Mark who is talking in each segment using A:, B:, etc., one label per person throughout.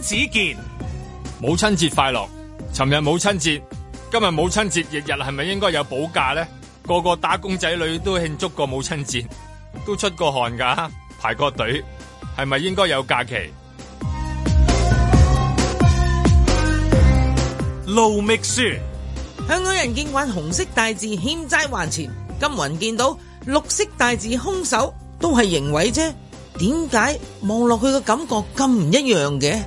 A: 子健，
B: 母親節快樂！尋日母親節，今日母親節，日日係咪應該有補假呢？個個打工仔女都慶祝過母親節，都出過汗㗎，排過隊，係咪應該有假期？
A: 盧覓雪，
C: 香港人見慣紅色大字欠債還錢，今雲見到綠色大字兇手都係刑位啫，點解望落去嘅感覺咁唔一樣 嘅？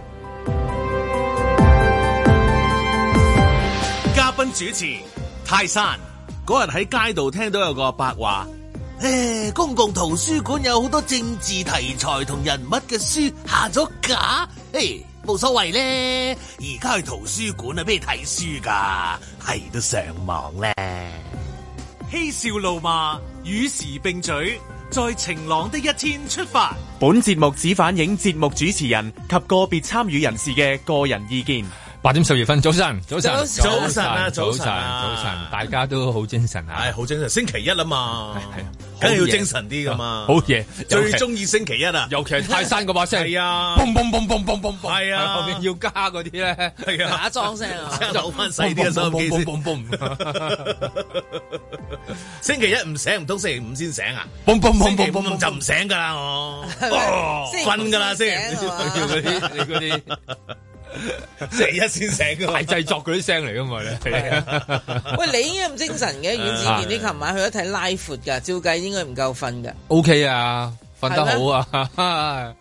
A: 嘉賓主持泰山。
D: 嗰日喺街度聽到有個阿伯話：
E: 誒，公共圖書館有好多政治題材同人物嘅書下咗架，誒，冇所謂咧。而家去圖書館啊，咩睇書㗎？係都上網咧。
A: 嬉笑怒罵，與時並舉，在晴朗的一天出發。
F: 本節目只反映節目主持人及個別參與人士嘅個人意見。
B: 八點十二分，早晨，早晨，
D: 早晨啊
B: 早晨，
D: 早晨啊
B: 早晨，大家都好精神啊！
D: 唉，好精神，星期一 啊嘛，
B: 係啊
D: 梗係
B: 好
D: 要
B: 嘢
D: 精神啲噶嘛，
B: 好嘢
D: 最
B: 尤其
D: 中意星期一啊，
B: 尤其係泰山嗰把聲，
D: 係啊
B: 嘣嘣嘣嘣嘣嘣嘣，
D: 係啊
B: 後面要加嗰啲咧，
D: 係啊，
C: 打裝聲 啊！
D: 即刻扭翻細啲啊，收音機先。
B: 嘣嘣
D: 星期一唔醒，唔通星期五先醒啊？
B: 嘣嘣嘣
D: 星期
B: 嘣
D: 五
B: 嘣
D: 就唔醒噶啦，我
C: 星期五
D: 瞓噶啦先，
C: 先醒 啊
B: 要 嗰啲你嗰啲
D: 星期一先醒噶
B: 大
D: 嘛。
B: 製作嗰啲聲嚟噶嘛咧，
D: 啊
C: 喂，你應該咁精神 嘅，阮子健，你琴晚去咗睇拉闊㗎，照計應該唔夠瞓㗎。
B: O K 啊，瞓得好啊，
C: 阿
B: 係啊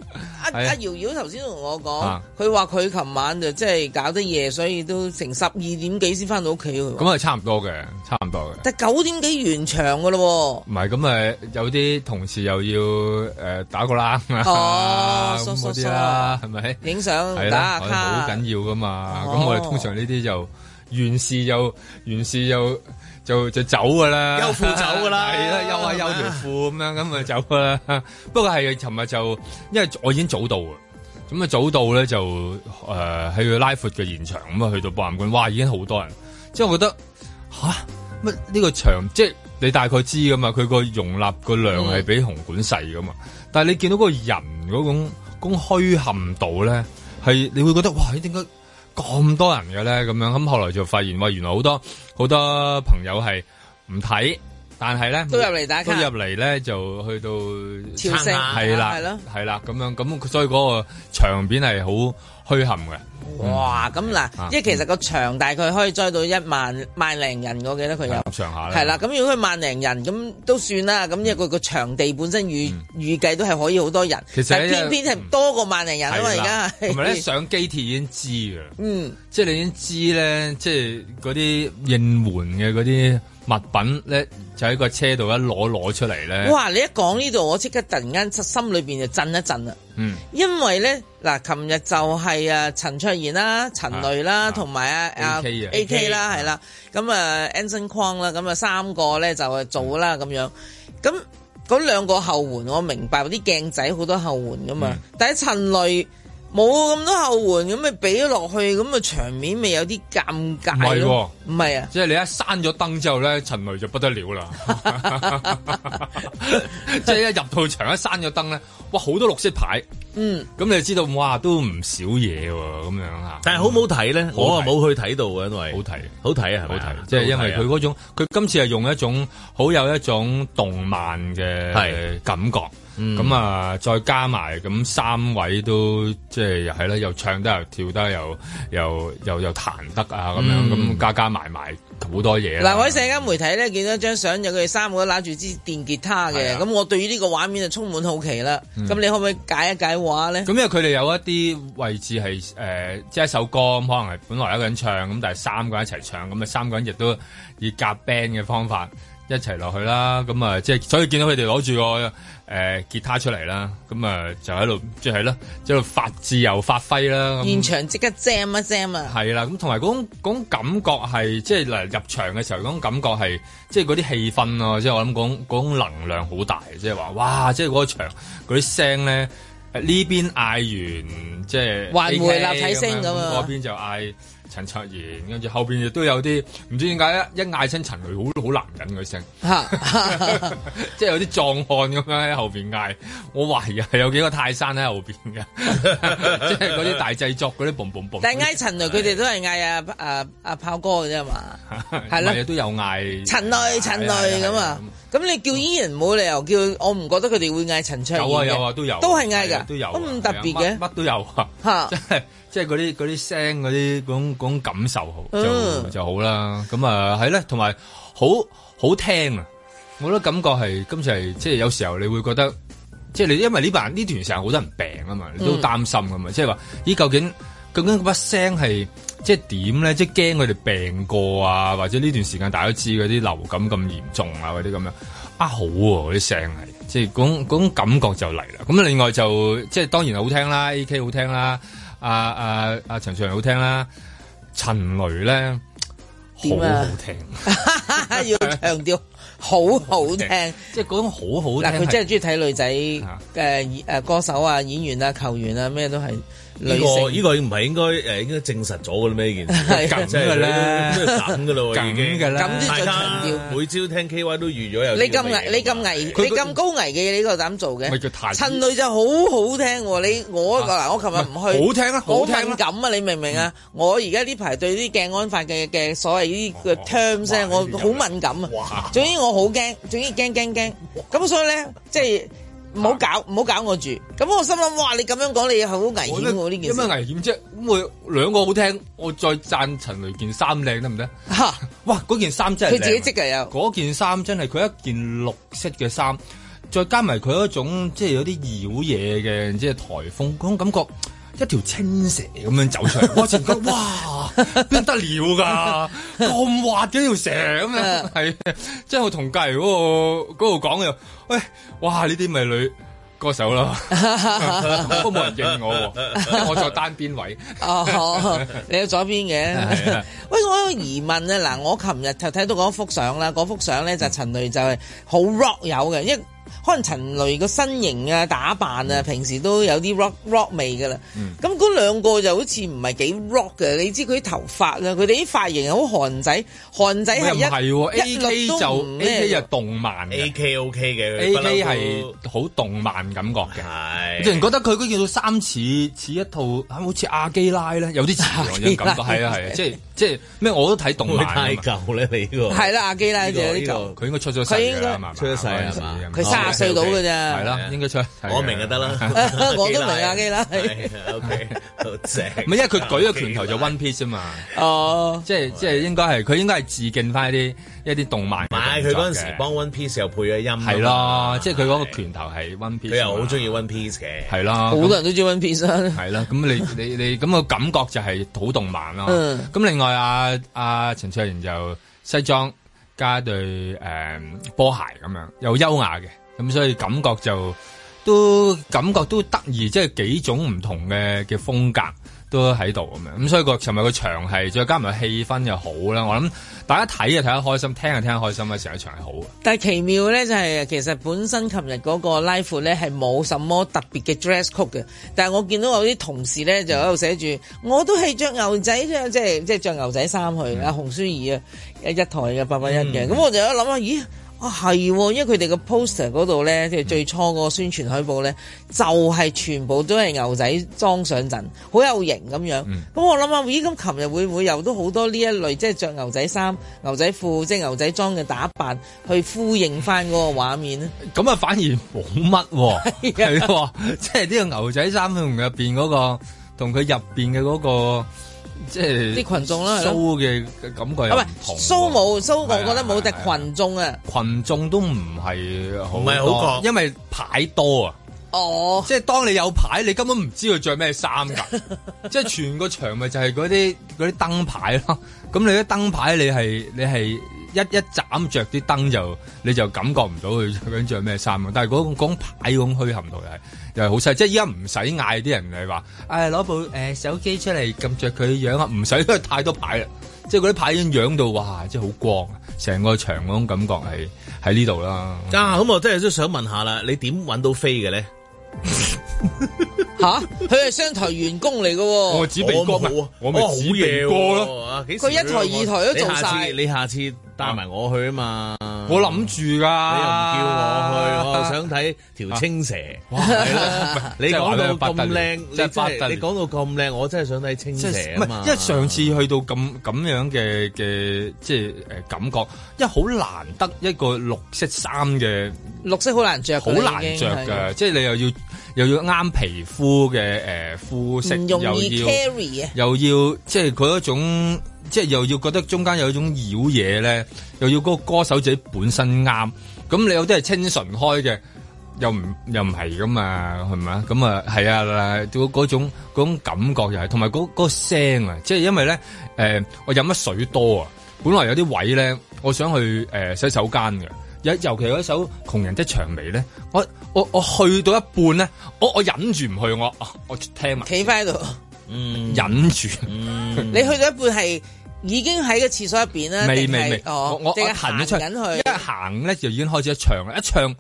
C: 阿瑤瑤頭先同我講
B: 啊，
C: 佢話佢琴晚就即係搞得夜，所以都成十二點幾先翻到屋企喎。
B: 咁啊差唔多嘅，差唔多嘅。
C: 但九點幾完場㗎咯
B: 唔係咁誒，有啲同事又要誒打個冷啊，
C: 哦
B: 咁
C: 疏疏
B: 嗰啲啦，係咪？
C: 喎，影相
B: 係
C: 打下
B: 啦，我哋好
C: 卡。
B: 緊要噶嘛。
C: 哦
B: 咁我哋通常呢啲就完事又完事又就就走噶啦，
D: 休褲走㗎啦
B: 係啦，休下休條褲咁樣，咁咪走噶啦。 不過係尋日就因為我已經早到啊。咁啊早到咧就誒喺佢拉闊嘅現場咁啊去到博覽館，哇已經好多人，即係我覺得吓乜呢個場即係你大概知噶嘛，佢個容納個量
C: 嗯
B: 係比紅館細噶嘛，但係你見到嗰個人嗰種種虛冚度咧，係你會覺得哇點解咁多人嘅咧咁樣？咁後來就發現哇原來好多好多朋友係唔睇，但係咧
C: 都入嚟打卡
B: 都入嚟咧就去到
C: 朝聖
B: 係啦，
C: 係咯，
B: 係啦，咁樣咁，所以嗰個場面係好虛冚嘅。
C: 哇！咁
B: 啊
C: 嗱，即係其實個場大概可以載到一萬萬零人，我記得佢有
B: 咁。上下啦，
C: 係啦，，咁如果佢萬零人咁都算啦，咁因為佢個場地本身預預計都係可以好多人，
B: 嗯其實
C: 但
B: 呢
C: 偏偏係多過萬零人啊嘛，
B: 係
C: 而家
B: 啦，
C: 係
B: 同埋咧上機鐵已經知嘅啦，
C: 嗯，
B: 即係你已經知咧，即係嗰啲應援嘅嗰啲物品咧，就喺個車度一攞攞出嚟咧，
C: 哇！你一講呢度，我即刻突然間心裏邊就震一震啊啦，
B: 嗯，
C: 因為咧嗱，琴日就係啊陳卓賢啦、陳雷
B: 啊
C: 啦，同埋啊啊
B: AK 啊
C: A K 啦，係啦，咁啊 Anson Kwong 啦，咁啊三個咧就係做啦咁樣，咁嗰兩個後援我明白啲鏡仔好多後援噶嘛，
B: 嗯
C: 但係陳雷。冇咁多後援，咁咪俾咗落去，咁啊場面咪有啲尷尬咯。唔係啊，
B: 即係你一閂咗燈之後咧，陳雷就不得了 啦，即係一入到場一閂咗燈咧，哇好多綠色牌，
C: 嗯，
B: 咁你就知道哇都唔少嘢喎，咁樣啊，
D: 但係好唔好睇咧？我啊
B: 睇
D: 冇去睇到嘅，因為
B: 好睇。
D: 好睇啊，係
B: 好
D: 咪啊
B: 睇，即係因為佢嗰種，佢今次係用一種好有一種動漫嘅
D: 係
B: 感覺，
D: 嗯
B: 咁啊再加埋咁三位都即係又係啦，又唱得又跳得又又又又彈得啊咁樣，
D: 嗯
B: 咁加加埋埋好多嘢啦。
C: 嗱，我喺社交媒體咧見到一張相，有佢哋三個都拿住支電吉他
B: 係
C: 嘅，
B: 啊
C: 咁我對於呢個畫面就充滿好奇啦。咁你可唔可以解一解畫咧
B: 咁？因為佢哋有一啲位置係誒、呃即係一首歌咁，可能係本來一個人唱咁，但係三個人一齊唱，咁啊三個人亦都以夾 band 嘅方法一齊落去啦。咁啊，即係所以見到佢哋攞住個誒、呃吉他出嚟啦，咁啊就喺度即係咯，即係喺度發自由發揮啦。咁
C: 現場即刻 jam 一 jam 啊！
B: 係啦，咁同埋嗰種嗰種感覺係，即係嗱入場嘅時候嗰種感覺係，即係嗰啲氣氛咯，即係我諗嗰種嗰種能量好大，即係話哇，即係嗰個場嗰啲聲咧，呢邊嗌完即係
C: 還回
B: AK
C: 立體聲咁啊
B: 嗰邊就嗌陳卓賢，跟住後邊亦都有啲唔知點解一一嗌親陳雷，好好男人嘅聲，
C: 嚇
B: 即係有啲壯漢咁樣喺後邊嗌，我懷疑係有幾個泰山喺後邊嘅， 即係嗰啲大製作嗰啲嘣嘣嘣，
C: 但係嗌陳雷佢哋都係嗌阿阿阿啊炮哥嘅啫嘛，係
B: 唔
C: 咯
B: 係。都有嗌
C: 陳雷陳雷咁啊，咁你叫 E 人冇理由叫，我唔覺得佢哋會嗌陳卓
B: 有啊
C: 賢嘅
B: 有啊都有，
C: 都係嗌
B: 係啊
C: 㗎，
B: 都有啊，
C: 都唔特別
B: 係啊
C: 嘅
B: 乜乜都有啊。
C: 嚇
B: 即。係即係嗰啲嗰啲聲嗰啲嗰種嗰種感受好就、
C: 嗯
B: 就好啦。咁啊係咧，同埋好好聽啊！我覺得感覺係今次係即係有時候你會覺得，即係你因為呢班呢段時間好多人病啊嘛，你都
C: 嗯
B: 擔心噶嘛，即係話咦究竟究竟嗰把聲係即係點咧？即係驚佢哋病過啊，或者呢段時間大家都知嗰啲流感咁嚴重啊，嗰啲咁樣啊好喎、嗰啲聲係即係嗰種嗰種感覺就嚟啦。咁另外就即係當然好聽啦，A K 好聽啦，啊啊啊陳卓仁好聽啦，陳雷咧好
C: 點啊
B: 好 聽，
C: 要強調好好 聽。嗱，
B: 即係嗰種好好聽
C: 佢
B: 係
C: 真係中意睇女仔
B: 啊
C: 嘅誒歌手啊、演員啊、球員啊，咩都係
D: 呢
C: 女
D: 個
C: 性。
D: 呢個唔係應該誒應該證實咗嘅啦 咩呢件事？
C: 係
B: 梗嘅 啦
D: 即係梗嘅咯喎，已經
B: 梗㗎啦
C: 咁先
D: 大
C: 再強
D: 家
C: 調。
D: 每朝聽 K Y 都預咗有
C: 你咁危，你咁危，
B: 佢
C: 你咁高危嘅嘢，你夠膽做嘅
B: 咪叫彈？
C: 陳女就好好聽喎，你我
B: 啊
C: 嗱，我琴日唔去，
B: 好聽啊好
C: 我
B: 聽啊嗯
C: 敏感啊，你明唔明啊？我而家呢排對啲鏡安法嘅嘅所謂呢個
B: 哦
C: terms 咧，
B: 哇
C: 我好敏感啊。總之我好驚，總之驚驚驚。咁所以咧，即係唔好搞，
B: 啊
C: 唔好搞我住。咁我心諗，哇！你咁樣講，你好危啊險
B: 我覺得
C: 喎呢件
B: 有咩
C: 事。
B: 危險啫？咁我兩個好聽，我再讚陳雷件衫靚得唔得？
C: 嚇！
B: 哇！嗰件衫真係啊
C: 佢自己織
B: 織
C: 嘅有
B: 嗰件衫真係佢一件綠色嘅衫，再加埋佢一種即係有啲妖嘢嘅，即係颱風嗰種感覺。一條青蛇咁樣走出嚟，我 前覺得哇，邊得了㗎？咁滑嘅條蛇咁樣，係即係我同隔離嗰個嗰度講嘅，喂，哇呢啲咪女歌手咯，都冇人應我喎，因為我坐單 邊位，
C: 哦，你喺左邊
B: 係
C: 嘅
B: 啊。
C: 喂，我有疑問啊！嗱，我琴日就睇到嗰幅相啦，嗰幅相咧就陳雷就係好 rock 友嘅，因為可能陳雷個身形啊、打扮
B: 嗯
C: 啊，平時都有啲 rock rock 味噶啦。咁嗰兩個就好似唔係幾 rock 嘅，你知佢啲頭髮啦，佢哋啲髮型好韓仔，韓仔係
B: 唔係喎
C: 哎一
B: ，A
C: 一
B: K
C: 律都
B: 就
C: 唔
B: A
C: 咩
B: K 就動漫嘅
D: A K O K 嘅
B: A
D: 不嬲
B: K
D: 都
B: 係好動漫感覺嘅。
D: 係
B: 有人覺得佢嗰件套衫似似一套，啊好似阿基拉咧，有啲似喎，有種感覺係啊係啊，即係即係咩我都睇動
D: 會唔會
B: 漫
D: 太
B: 㗎嘛
D: 舊咧？你呢個
C: 係啦，阿基拉就係呢
D: 呢個呢
C: 嚿
D: 個
B: 佢應該出咗
C: 佢
B: 世㗎
C: 應
B: 啦
C: 該
B: 嘛，
D: 出咗世係嘛
B: 嗰陣
C: 佢
B: 時
C: 卅歲到嘅
B: 係
C: 咋，，
B: 啦，應該出咗世㗎。
D: 啊我明就得啦
C: 我都明啊基拉
D: 係 OK，好正。
B: 唔係因為佢舉個拳 頭就 One Piece 啊嘛，
C: 哦，
B: 即係即係應該係佢應該係致敬翻一啲一啲動漫嘅
D: 唔
B: 動作嘅。
D: 係佢嗰陣時幫 One Piece 又配咗音啊嘛，
B: 係咯，即係佢嗰個拳頭係 One Piece，
D: 佢又好中
B: 意
D: 意 One Piece 嘅。
B: 係
C: 哦
B: 啦，
C: 好多人都中意 One Piece 啊。
B: 哦係啦，咁你你你咁個感覺就係好動漫咯。
C: 嗯
B: 咁另外啊啊陳卓賢就西裝加對誒、嗯波鞋咁樣，又優雅嘅，咁所以感覺就都感覺都得意，即係幾種唔同嘅嘅風格。都喺度咁樣，咁所以個尋日個場係再加埋氣氛又好啦，我諗大家睇就睇得開心，聽就聽得開心啊！成個場係好嘅，
C: 但係奇妙咧，就係、其實本身琴日嗰個拉闊咧係冇什麼特別嘅 dress code 嘅，但係我見到我啲同事咧就喺度寫住，我都係着牛仔啫，即係即係着牛仔衫去啦。洪舒怡啊，一一台嘅八八一嘅，咁、我就一諗啊，咦？啊係喎，因為佢哋個 poster 嗰度咧，
B: 嗯
C: 即係最初嗰個宣傳海報咧，就係、全部都係牛仔裝上陣，好有型咁樣。咁、
B: 嗯
C: 我諗下，咦咁琴日會唔會又都好多呢一類即係着牛仔衫、牛仔褲、即係牛仔裝嘅打扮，去呼應翻嗰個畫面咧？
B: 咁啊反而冇乜 喎。
C: 啊
B: 係喎，即係呢個牛仔衫佢同入邊嗰個，同佢入邊嘅嗰個，即係
C: 啲群眾啦係咯
B: show 嘅感覺
C: 啊
B: 又
C: 唔
B: 唔
C: 係
B: 同喎。
C: 蘇冇蘇，我
B: 係啊
C: 覺得冇，
B: 係
C: 但
B: 啊係啊
C: 群眾啊，
B: 群眾都唔係好
D: 唔係好
B: 多
D: 覺
B: 因為牌多啊。
C: 哦，
B: 即係當你有牌，你根本唔知佢着咩衫㗎。即係全個場咪就係嗰啲嗰啲燈牌咯。咁你啲燈牌你係你係一一斬着啲燈就你就感覺唔到佢究竟着咩衫啊。但係嗰種嗰種牌嗰種虛含度又係又係好細。即係依家唔使嗌啲人係話，誒攞部誒、呃手機出嚟撳着佢樣啊，唔使因為太多牌啦。即係嗰啲牌已經養到哇，即係好光，啊成個場嗰種感覺係喺呢度啦。
D: 啊，咁我真係都想問下啦，你點揾到飛嘅咧？
C: 吓，佢係商台員工嚟嘅
B: 我
C: 喎。
B: 指鼻哥，
D: 哦冇啊，
B: 我咪
D: 哦
B: 指鼻哥
D: 好
B: 咯。
D: 嘢喎啊幾時
C: 佢一
D: 啊
C: 台二台都
D: 你
C: 做
D: 下次
C: 晒
D: 你下次帶埋我去啊嘛，
B: 我諗住
D: 你又唔
B: 噶，
D: 叫我去， 我又想睇條青蛇。係啦你
B: 真係
D: 講
B: 話俾
D: 到
B: 佢不得
D: 咁
B: 了
D: 靚，你真
B: 真係不得
D: 係
B: 了
D: 你講到咁靚，我真係想睇青
B: 即
D: 蛇
B: 係唔
D: 啊
B: 係
D: 嘛？
B: 因為上次去到咁咁樣嘅嘅即係誒感覺，因為好難得一個綠色衫嘅，
C: 綠色好難着
B: 好
C: 㗎啦，
B: 難
C: 已
B: 着
C: 經
B: 嘅，即係你又要又要啱皮膚嘅誒膚色，
C: 係唔容易
B: 又要
C: carry 啊。
B: 又要即係嗰一種，即係又要覺得中間有一種妖嘢咧，又要嗰個歌手自己本身啱，咁你有啲係清純開嘅。又唔又唔係噶嘛，係咪啊？咁啊，係啊，嗱嗰嗰種嗰種感覺又係，同埋嗰嗰個聲啊，即係因為咧，誒、我飲得水多啊，本來有啲位咧，我想去誒、呃洗手間嘅，尤尤其有一首《窮人的長眉》咧，我我我去到一半咧，我我忍住唔去，我啊我聽埋，
C: 企翻喺度，
D: 嗯
B: 忍住。
C: 你去到一半係已經喺個廁所入邊啦，
B: 嗯未
C: 定
B: 未
C: 係
B: 未，
C: 哦
B: 我，我
C: 定係
B: 我行咗出
C: 緊
B: 去，
C: 去
B: 一行咧就已經開始一唱啦，一唱，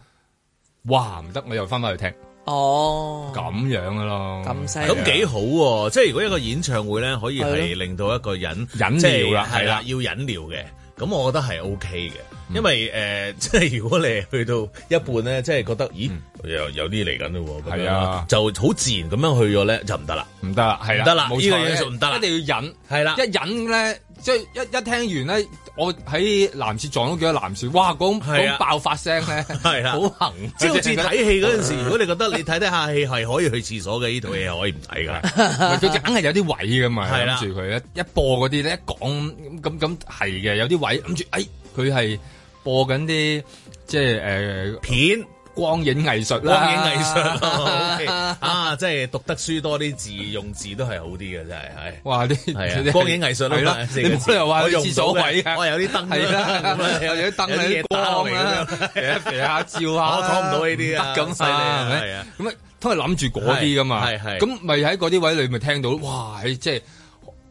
B: 哇唔得，我又翻返去聽，
C: 哦，
B: 咁樣嘅咯，
C: 咁犀利
D: 咁幾好喎！即係如果一個演唱會咧，可以
C: 係
D: 係
C: 咯
D: 令到一個人
B: 忍
D: 即係
B: 尿啦
D: 係
B: 係
D: 啦
B: 啦，嗯
D: 要忍尿嘅。咁我覺得係 O K 嘅，因為誒、呃 即係如果你去到一半咧，即係覺得，咦，有有啲嚟緊咯喎，咁樣
B: 嗯係啊
D: 就好自然咁樣去咗咧，就唔得啦。
B: 唔得啦，係啦，
D: 唔得啦
B: 冇
D: 呢個
B: 錯
D: 因素唔得啦啊
B: 一定要忍，
D: 係啦
B: 一忍咧，即係一一聽完咧，我喺男士撞到幾多男士，哇，嗰種
D: 係啊
B: 嗰種爆發聲咧，
D: 係啦
B: 好行，
D: 即係好似 睇戲嗰陣
B: 嗯
D: 時，如果你覺得你睇睇下戲係可以去廁所嘅，呢套戲係可以唔睇㗎。
B: 唔係佢硬係有啲位噶嘛，
D: 係啦
B: 諗住佢一一播嗰啲咧，一講咁咁咁係嘅，有啲位諗住，哎，佢係播緊啲即係誒
D: 片
B: 光影藝術啦，
D: 光影藝術 咯 OK 啊，即係讀得書多啲字，用字都係好啲嘅，真係係。
B: 哇！啲
D: 係
B: 啲
D: 啊， 光 影藝術咯，
B: 係啦
D: 嘛，四
B: 你
D: 個
B: 冇
D: 字
B: 理由話
D: 我
B: 去
D: 用
B: 廁所位
D: 唔到嘅我
B: 啊，
D: 有啲燈
B: 係啦
D: 咁 啊，
B: 有啲燈
D: 有
B: 有
D: 啲
B: 啲
D: 嘢打落
B: 光啊
D: 嚟
B: 啦
D: 咁樣，
B: 肥下肥下照下啦，
D: 我講唔到呢啲啊
B: 唔得咁
D: 犀利啊
B: 係咪
D: 係啊
B: 咁啊，都係諗住嗰啲噶嘛，
D: 係係係
B: 咁咪喺嗰啲位你咪聽到，哇！係即係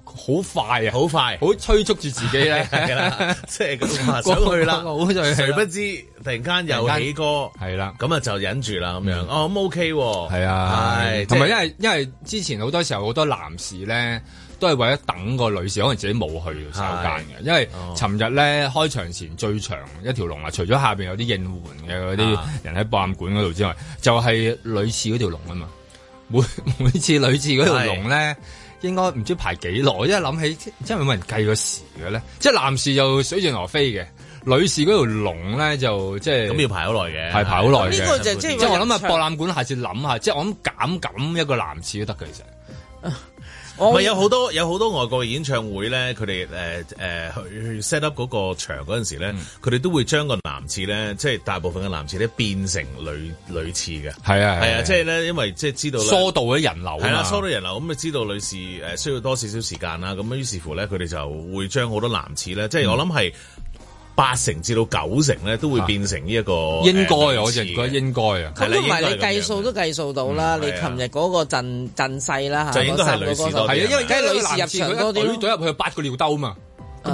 B: 好快啊，
D: 好快，
B: 好催促住自己咧，
D: 係啦，即係咁啊，想去啦，
B: 好就係
D: 誰不知突然間又起歌，
B: 係啦。
D: 咁啊就忍住啦咁樣，哦咁 OK 喎，
B: 嗯係啊，
D: 係
B: 同埋因
D: 為
B: 為因為之前好多時候好多男士咧，都係為咗等個女士，可能自己冇去洗手間嘅。因為
D: 哦
B: 尋日咧開場前最長一條龍啊，除咗下邊有啲應援嘅嗰啲
D: 啊
B: 人喺博覽館嗰度之外，就係女廁嗰條龍啊嘛。 每每次女廁嗰條龍咧，應該唔知排幾耐，因為諗起即即係有冇人計個時嘅咧？即係男士就水盡鵝飛嘅，女士嗰條龍咧就即係
D: 咁要排好耐嘅，
B: 係排好耐嘅
C: 呢個就即係
B: 即係我啊諗啊，博覽館下次諗下，即係我諗減減一個男廁都得嘅，其實
D: 唔
C: 我
D: 係有好多有好多外國嘅演唱會咧，佢哋誒誒去去 set up 嗰個場嗰陣時
B: 嗯
D: 咧，佢哋都會將個男廁咧，即係大部分嘅男廁咧變成女女廁嘅，
B: 係啊
D: 係啊，即係咧，因為即係知道呢
B: 疏導咗人流啊嘛
D: 係啦，疏到人流咁啊，知道女士誒需要多少少時間啦。咁啊於是乎咧，佢哋就會將好多男廁咧，即
B: 嗯
D: 係我諗係八成至到九成咧，都會變成呢一個
B: 應該啊
D: 誒
B: 我就覺得
D: 女廁嘅
B: 應該啊，
D: 係啦
C: 咁同埋
D: 應該係
C: 你計數都計數到啦，
B: 嗯
C: 你
D: 係啊
C: 琴日嗰個陣陣勢啦嚇，
D: 就應該係
C: 嗰三個
D: 女士
C: 歌手
D: 多
B: 係啊，
D: 啲
B: 因為
C: 梗係女士入場多啲
B: 佢一啊
C: 咯。
B: 隊入去八個尿兜嘛，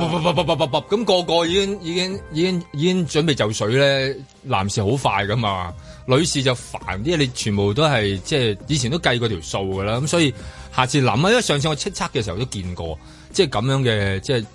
B: 咁個個已經已經已經已經準備就水咧，男士好快噶嘛，女士就煩啲，你全部都係即係以前都計過條數噶啦，咁所以下次諗啊，因為上次我叱咤嘅時候都見過。即係咁樣嘅，即係誒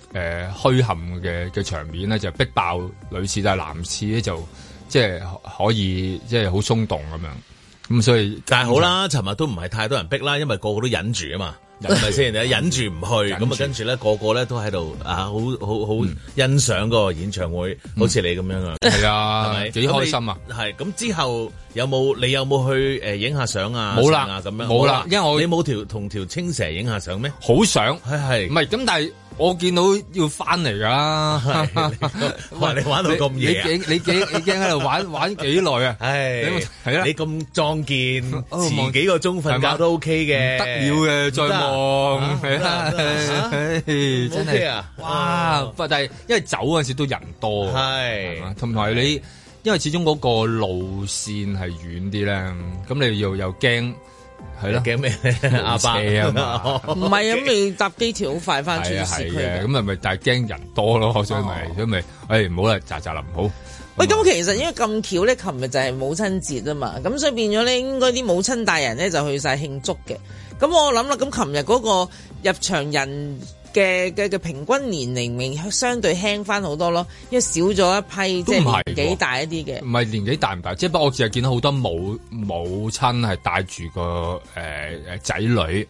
B: 虛冚嘅嘅場面咧，就逼爆女廁，但係男廁咧就即係可以即係好鬆動咁樣，咁所以
D: 但係好啦，尋日都唔係太多人逼啦，因為個個都忍住啊 嘛，係咪先？忍住唔去，
B: 忍
D: 咁啊
B: 住
D: 跟住咧個個咧都喺度啊，好好好欣賞嗰個演唱會，好似你咁樣啊。
B: 係
D: 係
B: 啊
D: 咪，
B: 幾開心啊！！
D: 係咁之後有冇你有冇去誒影下相啊？
B: 冇啦
D: 成啊咁樣
B: 冇啦因為我
D: 你冇條同條青蛇影下相咩？
B: 好想
D: 係係
B: 唔係咁，但係我見到要翻嚟噶。
D: 哇！你玩到咁夜啊
B: 你！你你幾你驚喺度玩玩幾耐啊？
D: 唉
B: 你有冇，係啦
D: 你咁壯健，
B: 哦
D: 遲
B: 望
D: 幾個鐘
B: 係
D: 瞓覺
B: 嘛
D: 都 OK 嘅，
B: 得了嘅，再望係
D: 啊
B: 啦，
D: 唔得啊
B: 唉真
D: OK
B: 係
D: 啊
B: 哇！不過但係因為走嗰陣時都人多啊。係嘛
D: 係
B: 同埋你，因為始終嗰個路線係遠啲咧，咁你又又驚係咯，
D: 驚咩 咧？阿伯
B: 冇車 啊嘛
C: 唔係啊，咁你搭機條好快翻出
B: 係啊
C: 市
B: 係
C: 區
B: 嘅，
C: 㗎
B: 咁咪咪但係驚人多咯，所以咪
C: 哦
B: 所以咪，誒唔好啦，咋咋林好，
C: 嗯喂，咁其實因為咁巧咧，琴日就係母親節啊嘛，咁所以變咗咧，應該啲母親大人咧就去晒慶祝嘅。咁我諗啦，咁琴日嗰個入場人嘅嘅嘅平均年齡咪相對輕翻好多咯，因為少咗一批即
B: 都唔
C: 係
B: 係
C: 年紀
B: 喎嗯
C: 大一啲嘅
B: 唔。係年紀大唔大，即係不過我淨係見到好多母母親係帶住個誒誒仔女，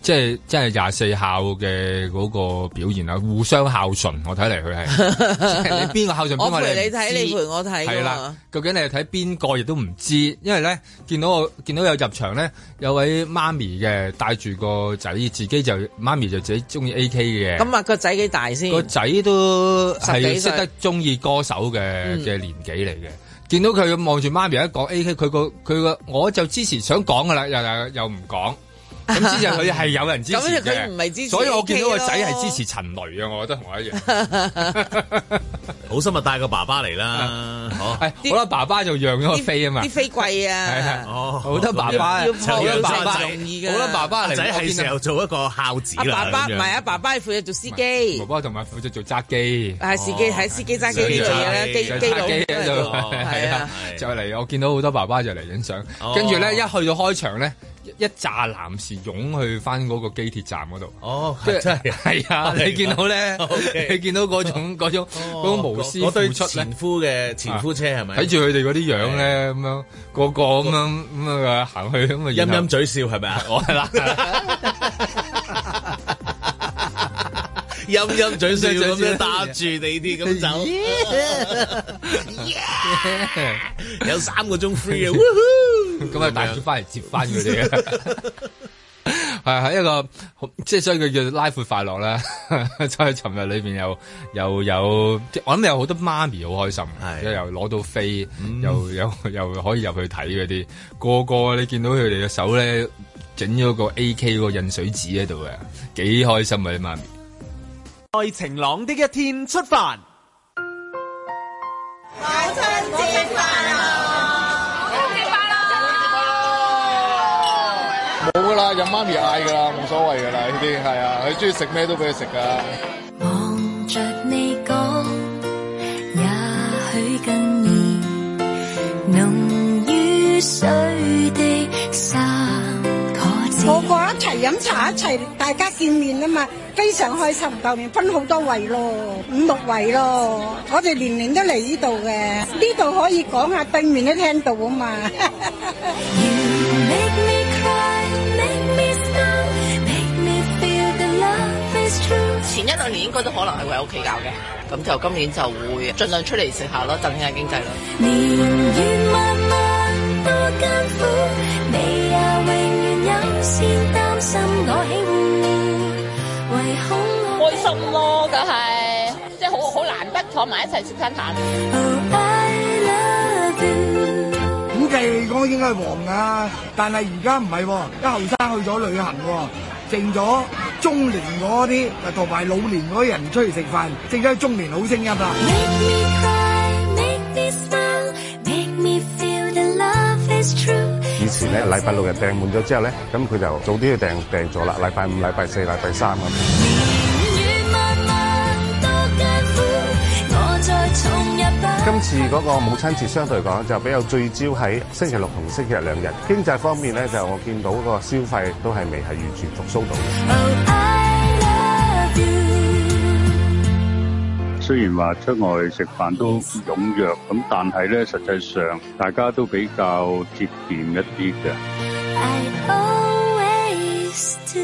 B: 即係即係廿四孝嘅嗰個表現啊，互相孝順。我睇嚟佢係 即係你邊個孝順邊
C: 我
B: 個
C: 陪
B: 唔
C: 你睇，
B: 知
C: 你陪我睇
B: 係
C: 㗎
B: 啦
C: 嘛。，
B: 究竟你係睇邊個亦都唔知，因為咧見到我見到有入場咧，有位媽咪嘅帶住個仔，自己就媽咪就自己中意 A K 嘅。
C: 咁啊，個仔幾大先？
B: 個仔都
C: 十幾嗯
B: 係
C: 歲
B: 識得中意歌手嘅嘅年紀嚟嘅。見到佢望住媽咪一講 A K，佢個佢個我就之前想講噶啦，又又又唔 講。咁之前佢係有人支持
C: 咁
B: 嘅，
C: 佢唔係支持
B: 所以我見到個
C: AK 咯
B: 仔係支持陳雷嘅，我覺得同我一樣。
D: 好心咪啊帶個爸爸嚟 啦，哦好。
B: 係哎好啦，爸爸就讓咗個
C: 啲
B: 飛啊嘛
C: 啲。飛貴
B: 係啊，
C: 啊！
D: 哦
B: 好多爸爸，
C: 要
B: 好多爸爸，
D: 要
C: 容易㗎
B: 好多爸爸
D: 阿
B: 嚟。
D: 仔
B: 我
D: 係
B: 見到
D: 時候做一個孝子
C: 阿
D: 啦，
C: 爸爸
D: 咁樣
C: 唔係啊，爸爸係負責做司
B: 爸
C: 機，
B: 爸同埋負責做揸機。
C: 係司機喺司機揸機
D: 司機
C: 呢樣嘢啦，
D: 揸機
C: 機
D: 揸
C: 機佬
B: 機喺度，
D: 哦
B: 係
C: 係啊
B: 啊，就嚟我見到好多爸爸就嚟影相
D: 哦，
B: 跟住咧一去到開場咧，一一紮男士湧去翻嗰個機鐵站嗰度。
D: 哦，
B: 即
D: 係真係。
B: 係啊！你見到咧
D: OK，哦
B: 你見到嗰種嗰種嗰種無私
D: 嗰
B: 付
D: 對
B: 出咧
D: 前，夫嘅前夫車係咪？
B: 睇住佢哋嗰啲樣
D: 啊
B: 咧，咁樣個個咁樣咁啊行去咁啊，
D: 陰
B: 然後
D: 陰嘴笑係咪 啊？我係啦，陰陰嘴笑咁樣搭住你啲 咁走， 有三個鐘 free 啊！
B: 咁啊，大叔翻嚟接翻佢哋啊！係係一個好即係所以佢叫拉闊快樂啦。 所以尋日裏邊又又有，即係我諗有好多媽咪好開心，
D: 係
B: 即係又攞到飛，又又又可以入去睇嗰啲，個個你見到佢哋嘅手咧整咗個 A K 個印水紙喺度嘅，幾開心啊啲媽咪！
F: 在晴朗的一天出發。
G: 冇噶啦，任媽咪嗌噶啦，冇所謂噶啦，呢啲係啊，佢中意食咩都俾佢食噶。
H: 望着你講，也許更易濃於水的三個字。
I: 個個一齊飲茶，一齊大家見面啊嘛，非常開心。舊年分好多圍咯，五六圍咯，我哋年年都嚟呢度嘅，呢度可以講下，對面都聽到啊嘛。
H: You make me cry, make me smile, make me feel the love is true。
J: 前一兩年應該都可能係會喺屋企搞嘅，咁就今年就會盡量出嚟食下咯，振興下經濟咯。
H: 年月漫漫多艱苦，你也永遠有先擔心我起護，唯恐我。
J: 心咯，梗係即係好好難得坐埋一齊食餐飯。
H: Oh, I love you.
K: 估計我應該係黃噶，啊但係而家唔係喎，啲後生去咗旅行喎，剩咗中年嗰啲啊同埋老年嗰啲人出嚟食飯，剩咗中年好聲音啊啦。
H: Make me cry, make me smile, make me feel the love is true。
L: 以前咧禮拜六日訂滿咗之後咧，咁佢就早啲去訂訂咗啦，禮拜五、禮拜四、禮拜三咁。
H: 年月漫漫多艱苦，我再重入吧。
L: 今次嗰個母親節相對嚟講就比較聚焦喺星期六同星期日兩日。經濟方面咧，就我見到個消費都係未係完全復甦到。
H: Oh, I love you。
G: 雖然話出外食飯都踴躍，咁但係咧實際上大家都比較節儉一啲嘅。
H: I always do。